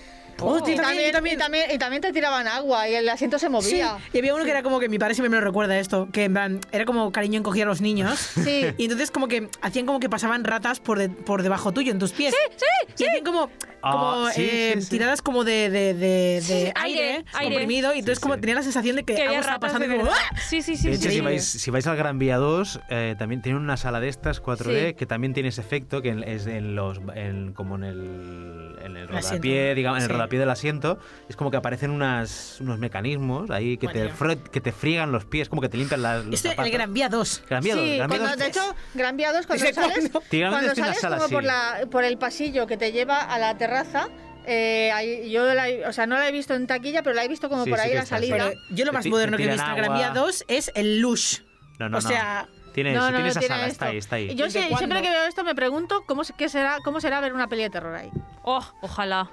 Oh,
Hostia,
y,
también,
también,
también.
Y, también, y también te tiraban agua y el asiento se
Sí,
movía.
y había uno que era como que mi padre siempre me lo recuerda esto, que en plan, era como cariño encogía a los niños.
Sí.
Y entonces como que hacían como que pasaban ratas por, de- por debajo tuyo, en tus pies. Sí, sí, Y hacían como,
Ah,
como
sí,
eh,
sí, sí.
tiradas como de, de, de, de aire,
aire, aire.
comprimido. Y entonces
Sí,
como
sí.
tenía la sensación
Eh,
de que,
Que
algo
había
estaba
ratas
pasando.
de
y como,
verdad.
¡ah!
Sí, sí, sí.
De
sí.
hecho, si
increíble.
vais, si vais al Gran Vía 2, eh, también tienen una sala de estas 4D
Sí.
que también tiene ese efecto, que en- es en los, en- como en el, en el
El asiento.
rodapié, digamos, en el
Sí.
rodapié del asiento, es como que aparecen unas, unos mecanismos ahí que, te,
Bueno.
fre- que te friegan los pies, como que te limpian las, los
¡Ah! Esto es
zapatos.
Este, el Gran Vía 2.
Gran Vía 2,
sí,
Gran Vía
cuando,
2.
de hecho, Gran Vía 2, cuando
¿Desde
sales,
cuándo?
Típicamente
cuando
tiene una
sales
sala
como por,
así.
la, por el pasillo que te lleva a la terraza, eh, ahí- yo la he- o sea, no la he visto en taquilla, pero la he visto como
Sí,
por
sí
ahí
que
la
está, sí.
salida.
Pero yo lo
Te
más
ti-
moderno
te
que he visto
tiran
en Gran Vía
agua.
2 es el Lush.
no, no,
o sea,
no. Tiene,
no,
sí,
no,
tiene
no
esa
tiene
sala,
esto.
está ahí, está ahí.
Yo
¿Desde
sie-
cuándo?
siempre que veo esto me pregunto cómo, se- qué será, cómo será ver una peli de terror ahí.
Oh, ojalá.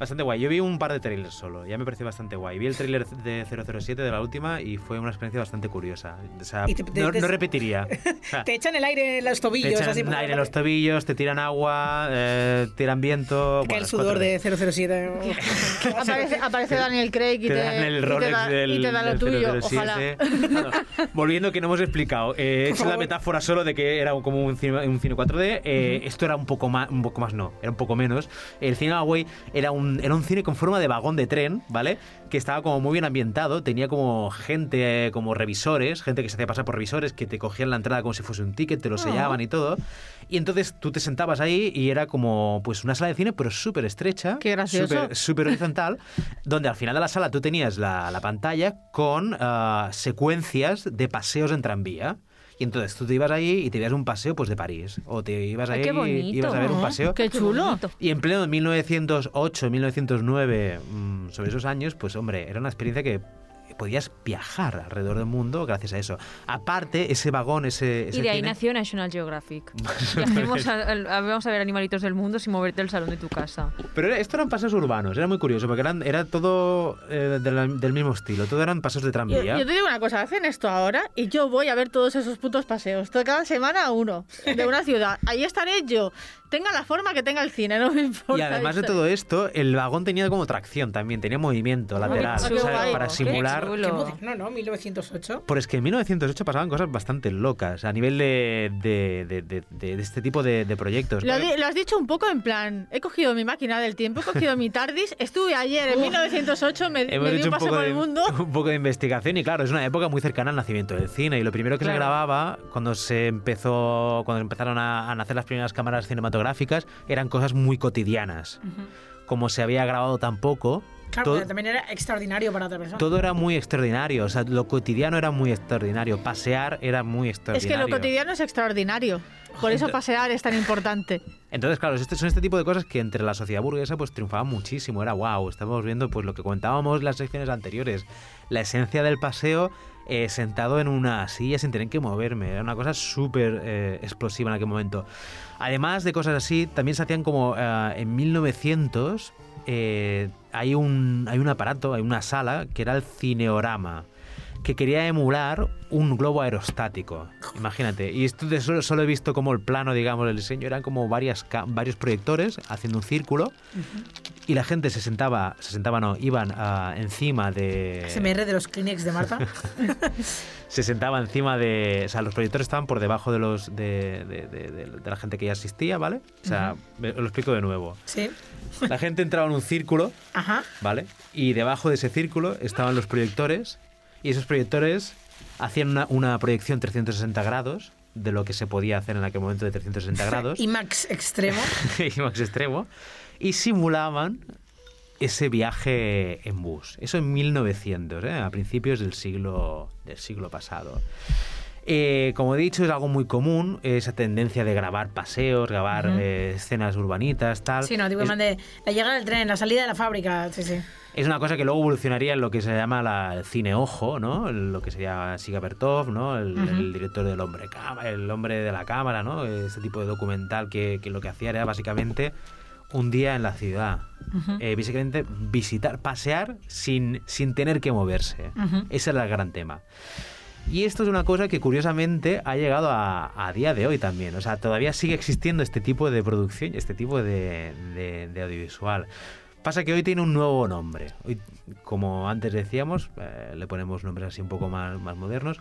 Bastante guay. Yo vi un par de trailers solo, ya me pareció bastante guay. Vi el trailer de 007 de la última y fue una experiencia bastante curiosa. O sea,
Y te- te-
no,
te-
no repetiría. O sea,
Te echan el aire en los
Te
tobillos.
echan
así, por-
aire en los tobillos, te tiran agua, eh, tiran viento.
te cae
bueno,
el
es
sudor
cuatro
de
D.
007.
Aparece, aparece Daniel Craig
Te
y te,
dan
y
el
te
Rolex
da-
del,
y te da lo
del 007.
tuyo, ojalá.
Bueno, volviendo que no hemos explicado, eh, he hecho la
favor.
metáfora solo de que era un- como un cine, un cine 4D, eh, esto era un poco más, un poco más no, era un poco menos. El cine Away era un, era un cine con forma de vagón de tren, ¿vale? Que estaba como muy bien ambientado, tenía como gente, eh, como revisores, gente que se hacía pasar por revisores, que te cogían la entrada como si fuese un ticket, te
Ah.
lo sellaban y todo. Y entonces tú te sentabas ahí y era como pues una sala de cine, pero súper estrecha.
Qué gracioso.
súper- súper horizontal, donde al final de la sala tú tenías la, la pantalla con ah, secuencias de paseos en tranvía. Y entonces tú te ibas ahí y te ibas un paseo pues de París. O te ibas
Ay,
ahí
Ah, qué
y
bonito.
ibas a ver un
¿no?
paseo.
Qué chulo.
bonito.
Y en pleno 1908, 1909, mm, sobre esos años, pues hombre, era una experiencia que podías viajar alrededor del mundo gracias a eso. Aparte, ese vagón, ese...
Y
ese
de ahí
cine-
nació National Geographic. Viajemos a- a- vamos a ver animalitos del mundo sin moverte del salón de tu casa.
Pero era- esto eran paseos urbanos, era muy curioso, porque eran, era todo eh, de la- del mismo estilo, todo eran paseos de
Yo,
tranvía.
yo te digo una cosa, hacen esto ahora y yo voy a ver todos esos putos paseos. to- Cada semana uno de una ciudad. Ahí estaré yo. Tenga la forma que tenga el cine, no me importa.
Y además de
esto.
todo esto, el vagón tenía como tracción también, tenía movimiento lateral,
qué
¿sabes?
guay.
para
Qué
simular.
chulo.
No, no, 1908.
Pero es que en 1908 pasaban cosas bastante locas a nivel de, de- de- de- de- de este tipo de, de proyectos.
Lo, di- lo has dicho un poco en plan, he cogido mi máquina del tiempo, he cogido mi TARDIS, estuve ayer en 1908, me, me
Hemos
di
hecho
un
un
paseo
poco,
por el
de,
mundo.
un poco de investigación y claro, es una época muy cercana al nacimiento del cine y lo primero que se
Claro.
grababa cuando se empezó, cuando empezaron a, a nacer las primeras cámaras cinematográficas eran cosas muy cotidianas. Como se había grabado tan poco,
Claro,
todo-
pero también era extraordinario para otra persona.
todo era muy extraordinario, o sea, lo cotidiano era muy extraordinario, pasear era muy
Es
extraordinario.
que lo cotidiano es extraordinario. Por eso pasear es tan importante.
Entonces, claro, este- son este tipo de cosas que entre la sociedad burguesa pues triunfaba muchísimo, era wow, estábamos viendo pues lo que comentábamos en las secciones anteriores, la esencia del paseo eh, sentado en una silla sin tener que moverme, era una cosa súper eh, explosiva en aquel momento. Además de cosas así, también se hacían como eh, en 1900 eh, hay, un, hay un aparato, hay una sala que era el cineorama que quería emular un globo aerostático. Imagínate. Y esto de solo, solo he visto como el plano, digamos, el diseño. Eran como varias, ca- varios proyectores haciendo un círculo. Y la gente se sentaba, se sentaba no, iban ah, encima de...
SMR de los Kleenex de Marta.
se sentaba encima de. O sea, los proyectores estaban por debajo de los de, de- de- de- de la gente que ya asistía, ¿vale? O sea, me- os lo explico de nuevo.
sí.
La gente entraba en un círculo,
Ajá.
¿vale? Y debajo de ese círculo estaban los proyectores. Y esos proyectores hacían una, una proyección 360 grados de lo que se podía hacer en aquel momento de 360 grados
Y Max Extremo.
y más extremo, y simulaban ese viaje en bus. Eso en 1900, ¿eh? a principios del siglo, del siglo pasado. Eh, como he dicho, es algo muy común, esa tendencia de grabar paseos, grabar eh, escenas urbanitas, tal.
Sí, no, digo,
Es-
man, de la llegada del tren, la salida de la fábrica. Sí, sí.
es una cosa que luego evolucionaría en lo que se llama la- el cine ojo, ¿no? El- Lo que sería Siga Bertov, ¿no? El, el director del hombre cámara, el hombre de la cámara, ¿no? Ese tipo de documental que, que lo que hacía era básicamente un día en la ciudad. Eh, básicamente visitar, pasear sin, sin tener que moverse. Ese era el gran tema. Y esto es una cosa que curiosamente ha llegado a, a día de hoy también. O sea, todavía sigue existiendo este tipo de producción y este tipo de, de- de audiovisual. Pasa que hoy tiene un nuevo nombre. Hoy, como antes decíamos, eh, le ponemos nombres así un poco más, más modernos.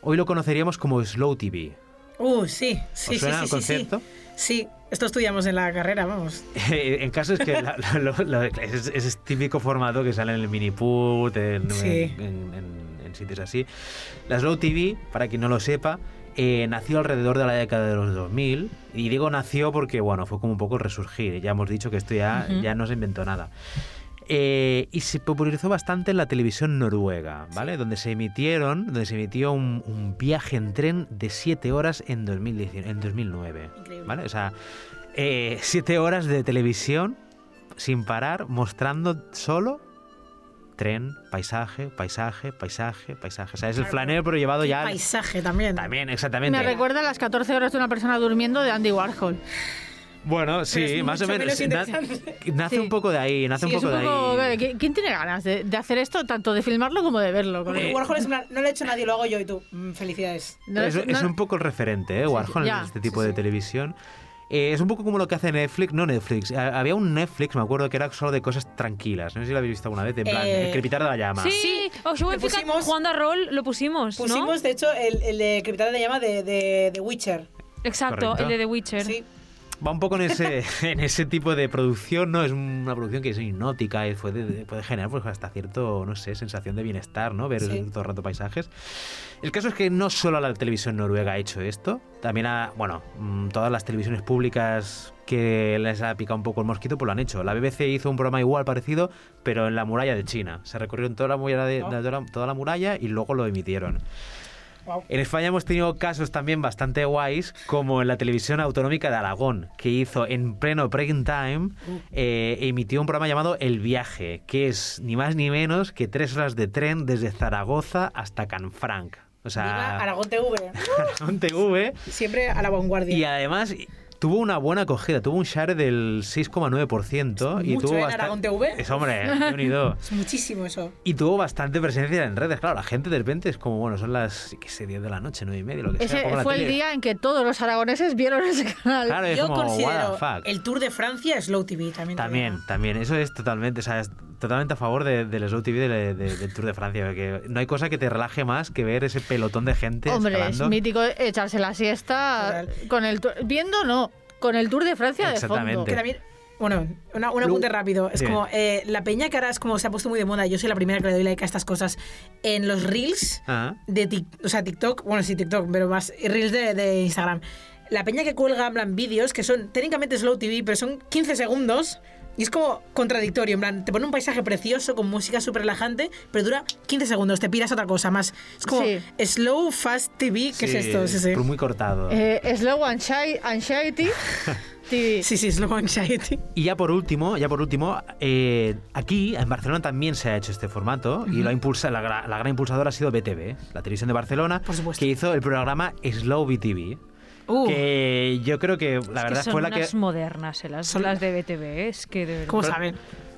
Hoy lo conoceríamos como Slow TV.
Uh, sí, sí,
¿Os suena
sí, sí, sí,
el
sí.
concepto?
Sí, esto estudiamos en la carrera, vamos.
en casos que la- la- lo- lo- es, es ese típico formato que sale en el miniput, en,
Sí.
en- en- en- en sitios así. La Slow TV, para quien no lo sepa, eh, nació alrededor de la década de los 2000 y digo nació porque bueno fue como un poco el resurgir. Ya hemos dicho que esto ya, ya no se inventó nada. Eh, y se popularizó bastante en la televisión noruega, ¿vale? Donde se emitieron, donde se emitió un, un viaje en tren de 7 horas en, 2019, en 2009.
Increíble.
¿Vale? O sea, eh, siete horas de televisión sin parar, mostrando solo tren, paisaje, paisaje, paisaje, paisaje. O sea, es el flaneo, pero llevado
Y
ya. al-
Paisaje también.
También,
Me
exactamente.
recuerda a las 14 horas de una persona durmiendo de Andy Warhol.
Bueno,
Pero
sí,
es
más o
mucho
menos.
menos
Na-
interesante.
Nace
Sí.
un poco de ahí, nace
Sí,
un
es
poco de
eh,
ahí.
¿qui- ¿Quién tiene ganas de, de hacer esto, tanto de filmarlo como de verlo? Con
eh,
el-
Warhol es en plan, no lo ha hecho nadie, lo hago yo y tú. Mm, felicidades.
no-
es, es
no-
un poco el referente, ¿eh? Warhol, en
ya,
este tipo de televisión. Eh, es un poco como lo que hace Netflix, no Netflix. ha- Había un Netflix, me acuerdo, que era solo de cosas tranquilas. No sé si lo habéis visto alguna vez, en plan,
Eh,
el crepitar de la llama.
Sí,
Sí,
os
lo
significa
pusimos-
jugando a rol, lo pusimos, ¿no?
Pusimos, de hecho, el, el de Crepitante de Llama de, de, de Witcher.
Exacto,
Correcto.
el de The Witcher.
Sí.
va un poco en ese, en ese tipo de producción, ¿no? Es una producción que es hipnótica y puede, puede generar pues, hasta cierto, no sé, sensación de bienestar, ¿no? Ver
Sí.
todo el rato paisajes. El caso es que no solo la televisión noruega ha hecho esto, también ha, bueno, mm, todas las televisiones públicas que les ha picado un poco el mosquito, pues lo han hecho. La BBC hizo un programa igual parecido, pero en la muralla de China. Se recorrieron toda la muralla, de- toda la- toda la muralla y luego lo emitieron. En España hemos tenido casos también bastante guays, como en la televisión autonómica de Aragón, que hizo en pleno prime time, eh, emitió un programa llamado El Viaje, que es ni más ni menos que tres horas de tren desde Zaragoza hasta Canfranc. O sea,
Viva Aragón TV.
Aragón TV.
Siempre a la
Y
vanguardia.
además tuvo una buena acogida, tuvo un share del 6,9%. y
¿Mucho
tuvo
en
bastan-
Aragón TV?
Es hombre, qué unido.
Es muchísimo eso.
Y tuvo bastante presencia en redes. Claro, la gente de repente es como, bueno, son las, qué sé, 10 de la noche, 9 y media, lo que sea.
Ese
pongo la
fue el
tele.
día en que todos los aragoneses vieron ese canal.
Claro, es
Yo
como,
considero
what the fuck.
el Tour de Francia Slow TV también. te
También,
digo.
también. Eso es totalmente, o sea, es totalmente a favor de- del Slow TV de- de- del Tour de Francia. Porque no hay cosa que te relaje más que ver ese pelotón de gente
Hombre,
escalando.
es mítico echarse la siesta
Total.
con el tu- viendo no, con el Tour de Francia de fondo.
Exactamente.
Que también, bueno, una, un apunte
Lu-
rápido. Es
Dime.
como eh, la peña que ahora es como se ha puesto muy de moda. Yo soy la primera que le doy like a estas cosas. En los reels
Ah.
de Tik- o sea, TikTok, bueno, sí, TikTok, pero más reels de, de Instagram. La peña que cuelga en plan vídeos que son técnicamente slow TV, pero son 15 segundos. Y es como contradictorio, en plan, te pone un paisaje precioso con música súper relajante, pero dura 15 segundos, te piras a otra cosa más. Es como
Sí.
slow, fast TV, ¿qué
Sí,
es esto? Sí, sí.
Muy cortado.
Eh, slow Anxi- Anxiety TV.
Sí, sí, slow anxiety.
Y ya por último, ya por último, eh, aquí en Barcelona también se ha hecho este formato y lo ha impulsa, la, gra- la gran impulsadora ha sido BTV, la televisión de Barcelona,
Por supuesto.
que hizo el programa Slow BTV.
Uh.
Que yo creo que la
Es
verdad
que son
fue la que.
unas modernas, eh, las,
Son-
las de BTV, eh, es que de verdad.
¿Cómo saben?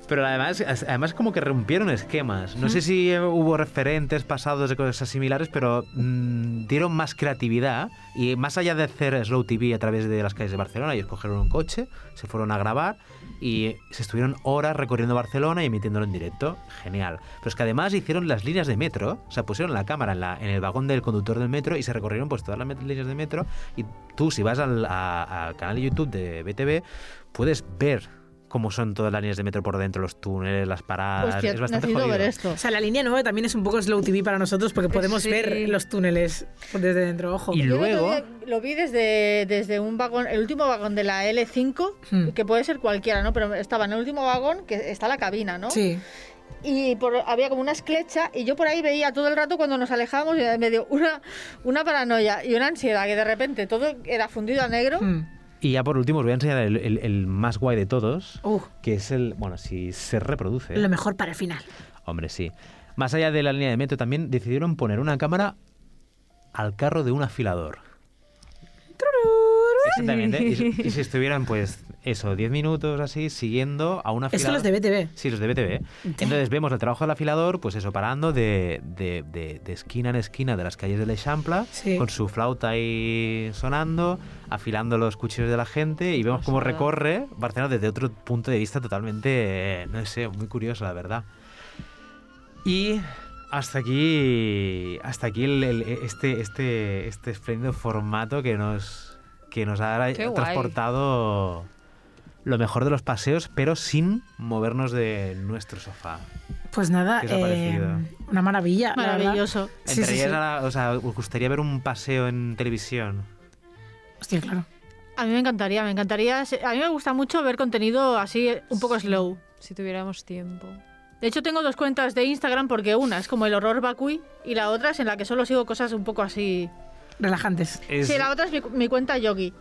Pero además, además como que rompieron esquemas. No sé si eh, hubo referentes pasados de cosas similares, pero mm, dieron más creatividad y más allá de hacer slow TV a través de las calles de Barcelona, ellos cogieron un coche, se fueron a grabar y se estuvieron horas recorriendo Barcelona y emitiéndolo en directo. Genial. Pero es que además hicieron las líneas de metro, o sea, pusieron la cámara en, la- en el vagón del conductor del metro y se recorrieron pues todas las met- líneas de metro y tú si vas al, a- al canal de YouTube de BTV puedes ver cómo son todas las líneas de metro por dentro, los túneles, las paradas.
Hostia,
es bastante
necesito
jodido.
ver esto.
O sea, la línea 9 también es un poco slow TV para nosotros porque podemos
Sí.
ver los túneles desde dentro, ojo.
Y
Yo el otro
luego,
día lo vi desde, desde un vagón, el último vagón de la L5,
Hmm.
que puede ser cualquiera, ¿no? Pero estaba en el último vagón, que está la cabina, ¿no?
Sí.
y por- había como una esclecha y yo por ahí veía todo el rato cuando nos alejábamos y me dio una, una paranoia y una ansiedad que de repente todo era fundido a negro.
Mm.
y ya por último, os voy a enseñar el, el- el más guay de todos,
Uh,
que es el. Bueno, si se reproduce.
lo mejor para el final.
Hombre, sí. Más allá de la línea de metro, también decidieron poner una cámara al carro de un afilador. Exactamente. Y, si- y si estuvieran, pues, eso, 10 minutos así, siguiendo a un
Esto
afilador.
los de BTV.
Sí, los de BTV. Entonces vemos el trabajo del afilador, pues eso, parando de, de- de- de esquina en esquina de las calles de la Champla,
Sí.
con su flauta ahí sonando, afilando los cuchillos de la gente y vemos cómo
Pasada.
recorre Barcelona desde otro punto de vista totalmente, eh, no sé, muy curioso, la verdad. Y hasta aquí, hasta aquí el- el- este, este, este espléndido formato que nos, que nos ha
Qué guay.
transportado lo mejor de los paseos, pero sin movernos de nuestro sofá.
Pues nada,
¿Qué os ha
eh,
parecido?
una maravilla. la verdad.
Maravilloso.
Sí,
Entre
sí,
ellas,
sí.
ahora, o sea, os gustaría ver un paseo en televisión.
Hostia, claro.
A mí me encantaría, me encantaría. se- A mí me gusta mucho ver contenido así eh, un poco slow.
Si tuviéramos tiempo.
De hecho, tengo dos cuentas de Instagram porque una es como el horror vacui y la otra es en la que solo sigo cosas un poco así.
Relajantes.
Es-
Sí, la otra es mi, mi cuenta Yogi.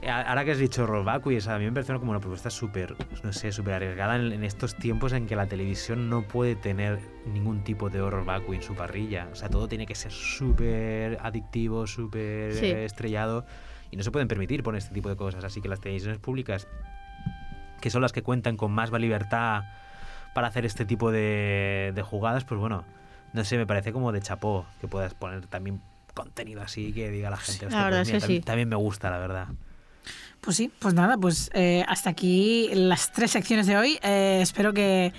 Eh, a- Ahora que has dicho Robacu, y esa, a mí me pareció como una propuesta súper, no sé, súper arriesgada en, en estos tiempos en que la televisión no puede tener ningún tipo de horror vacui en su parrilla. O sea, todo tiene que ser súper adictivo, súper
Sí.
eh, estrellado. Y no se pueden permitir poner este tipo de cosas. Así que las televisiones públicas, que son las que cuentan con más libertad para hacer este tipo de, de jugadas, pues bueno, no sé, me parece como de chapó que puedas poner también contenido así que diga la gente. "Hostia,
verdad es que
también-
sí.
también me gusta, la verdad.
Pues sí, pues nada, pues eh, hasta aquí las tres secciones de hoy. Eh, espero que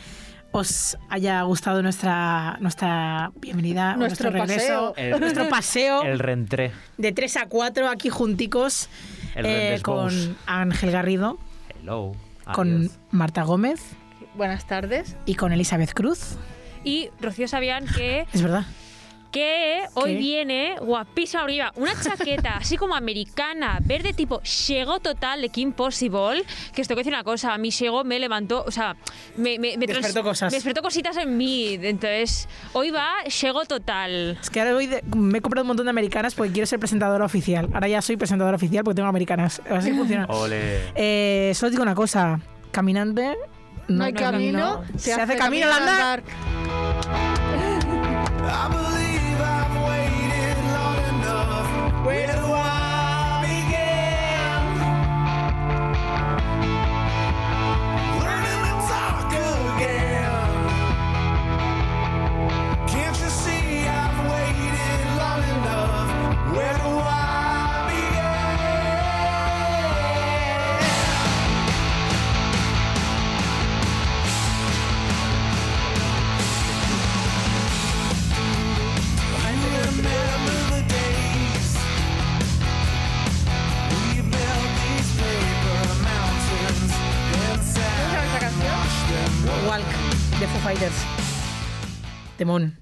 os haya gustado nuestra, nuestra bienvenida, o
Nuestro
este regreso,
paseo.
El-
nuestro paseo
El rentré.
de 3 a 4 aquí junticos
El
eh,
Rendes Bones.
con Ángel Garrido,
Hello.
con
Adiós.
Marta Gómez
Buenas tardes.
y con Elizabeth Cruz.
Y Rocío Sabián que,
Es verdad.
que hoy
¿Qué?
viene guapísima arriba. Una chaqueta así como americana, verde tipo Llegó Total de Kim Possible. Que os tengo que decir una cosa, a mí llegó, me levantó, o sea, me, me, me trans-
Despertó cosas.
me despertó cositas en mí. Entonces, hoy va Llegó Total.
Es que ahora voy de- me he comprado un montón de americanas porque quiero ser presentadora oficial. Ahora ya soy presentadora oficial porque tengo americanas. Así funciona.
Ole.
Eh, solo digo una cosa. Caminante.
No hay camino,
Se, hace, camino al andar.
I believe I've waited long enough. Where do I begin? Learning to talk again. Can't you see I've waited long enough? Where do I begin? I remember the days we built these paper mountains and sat and watched them
Walk de Foo Fighters. Temón.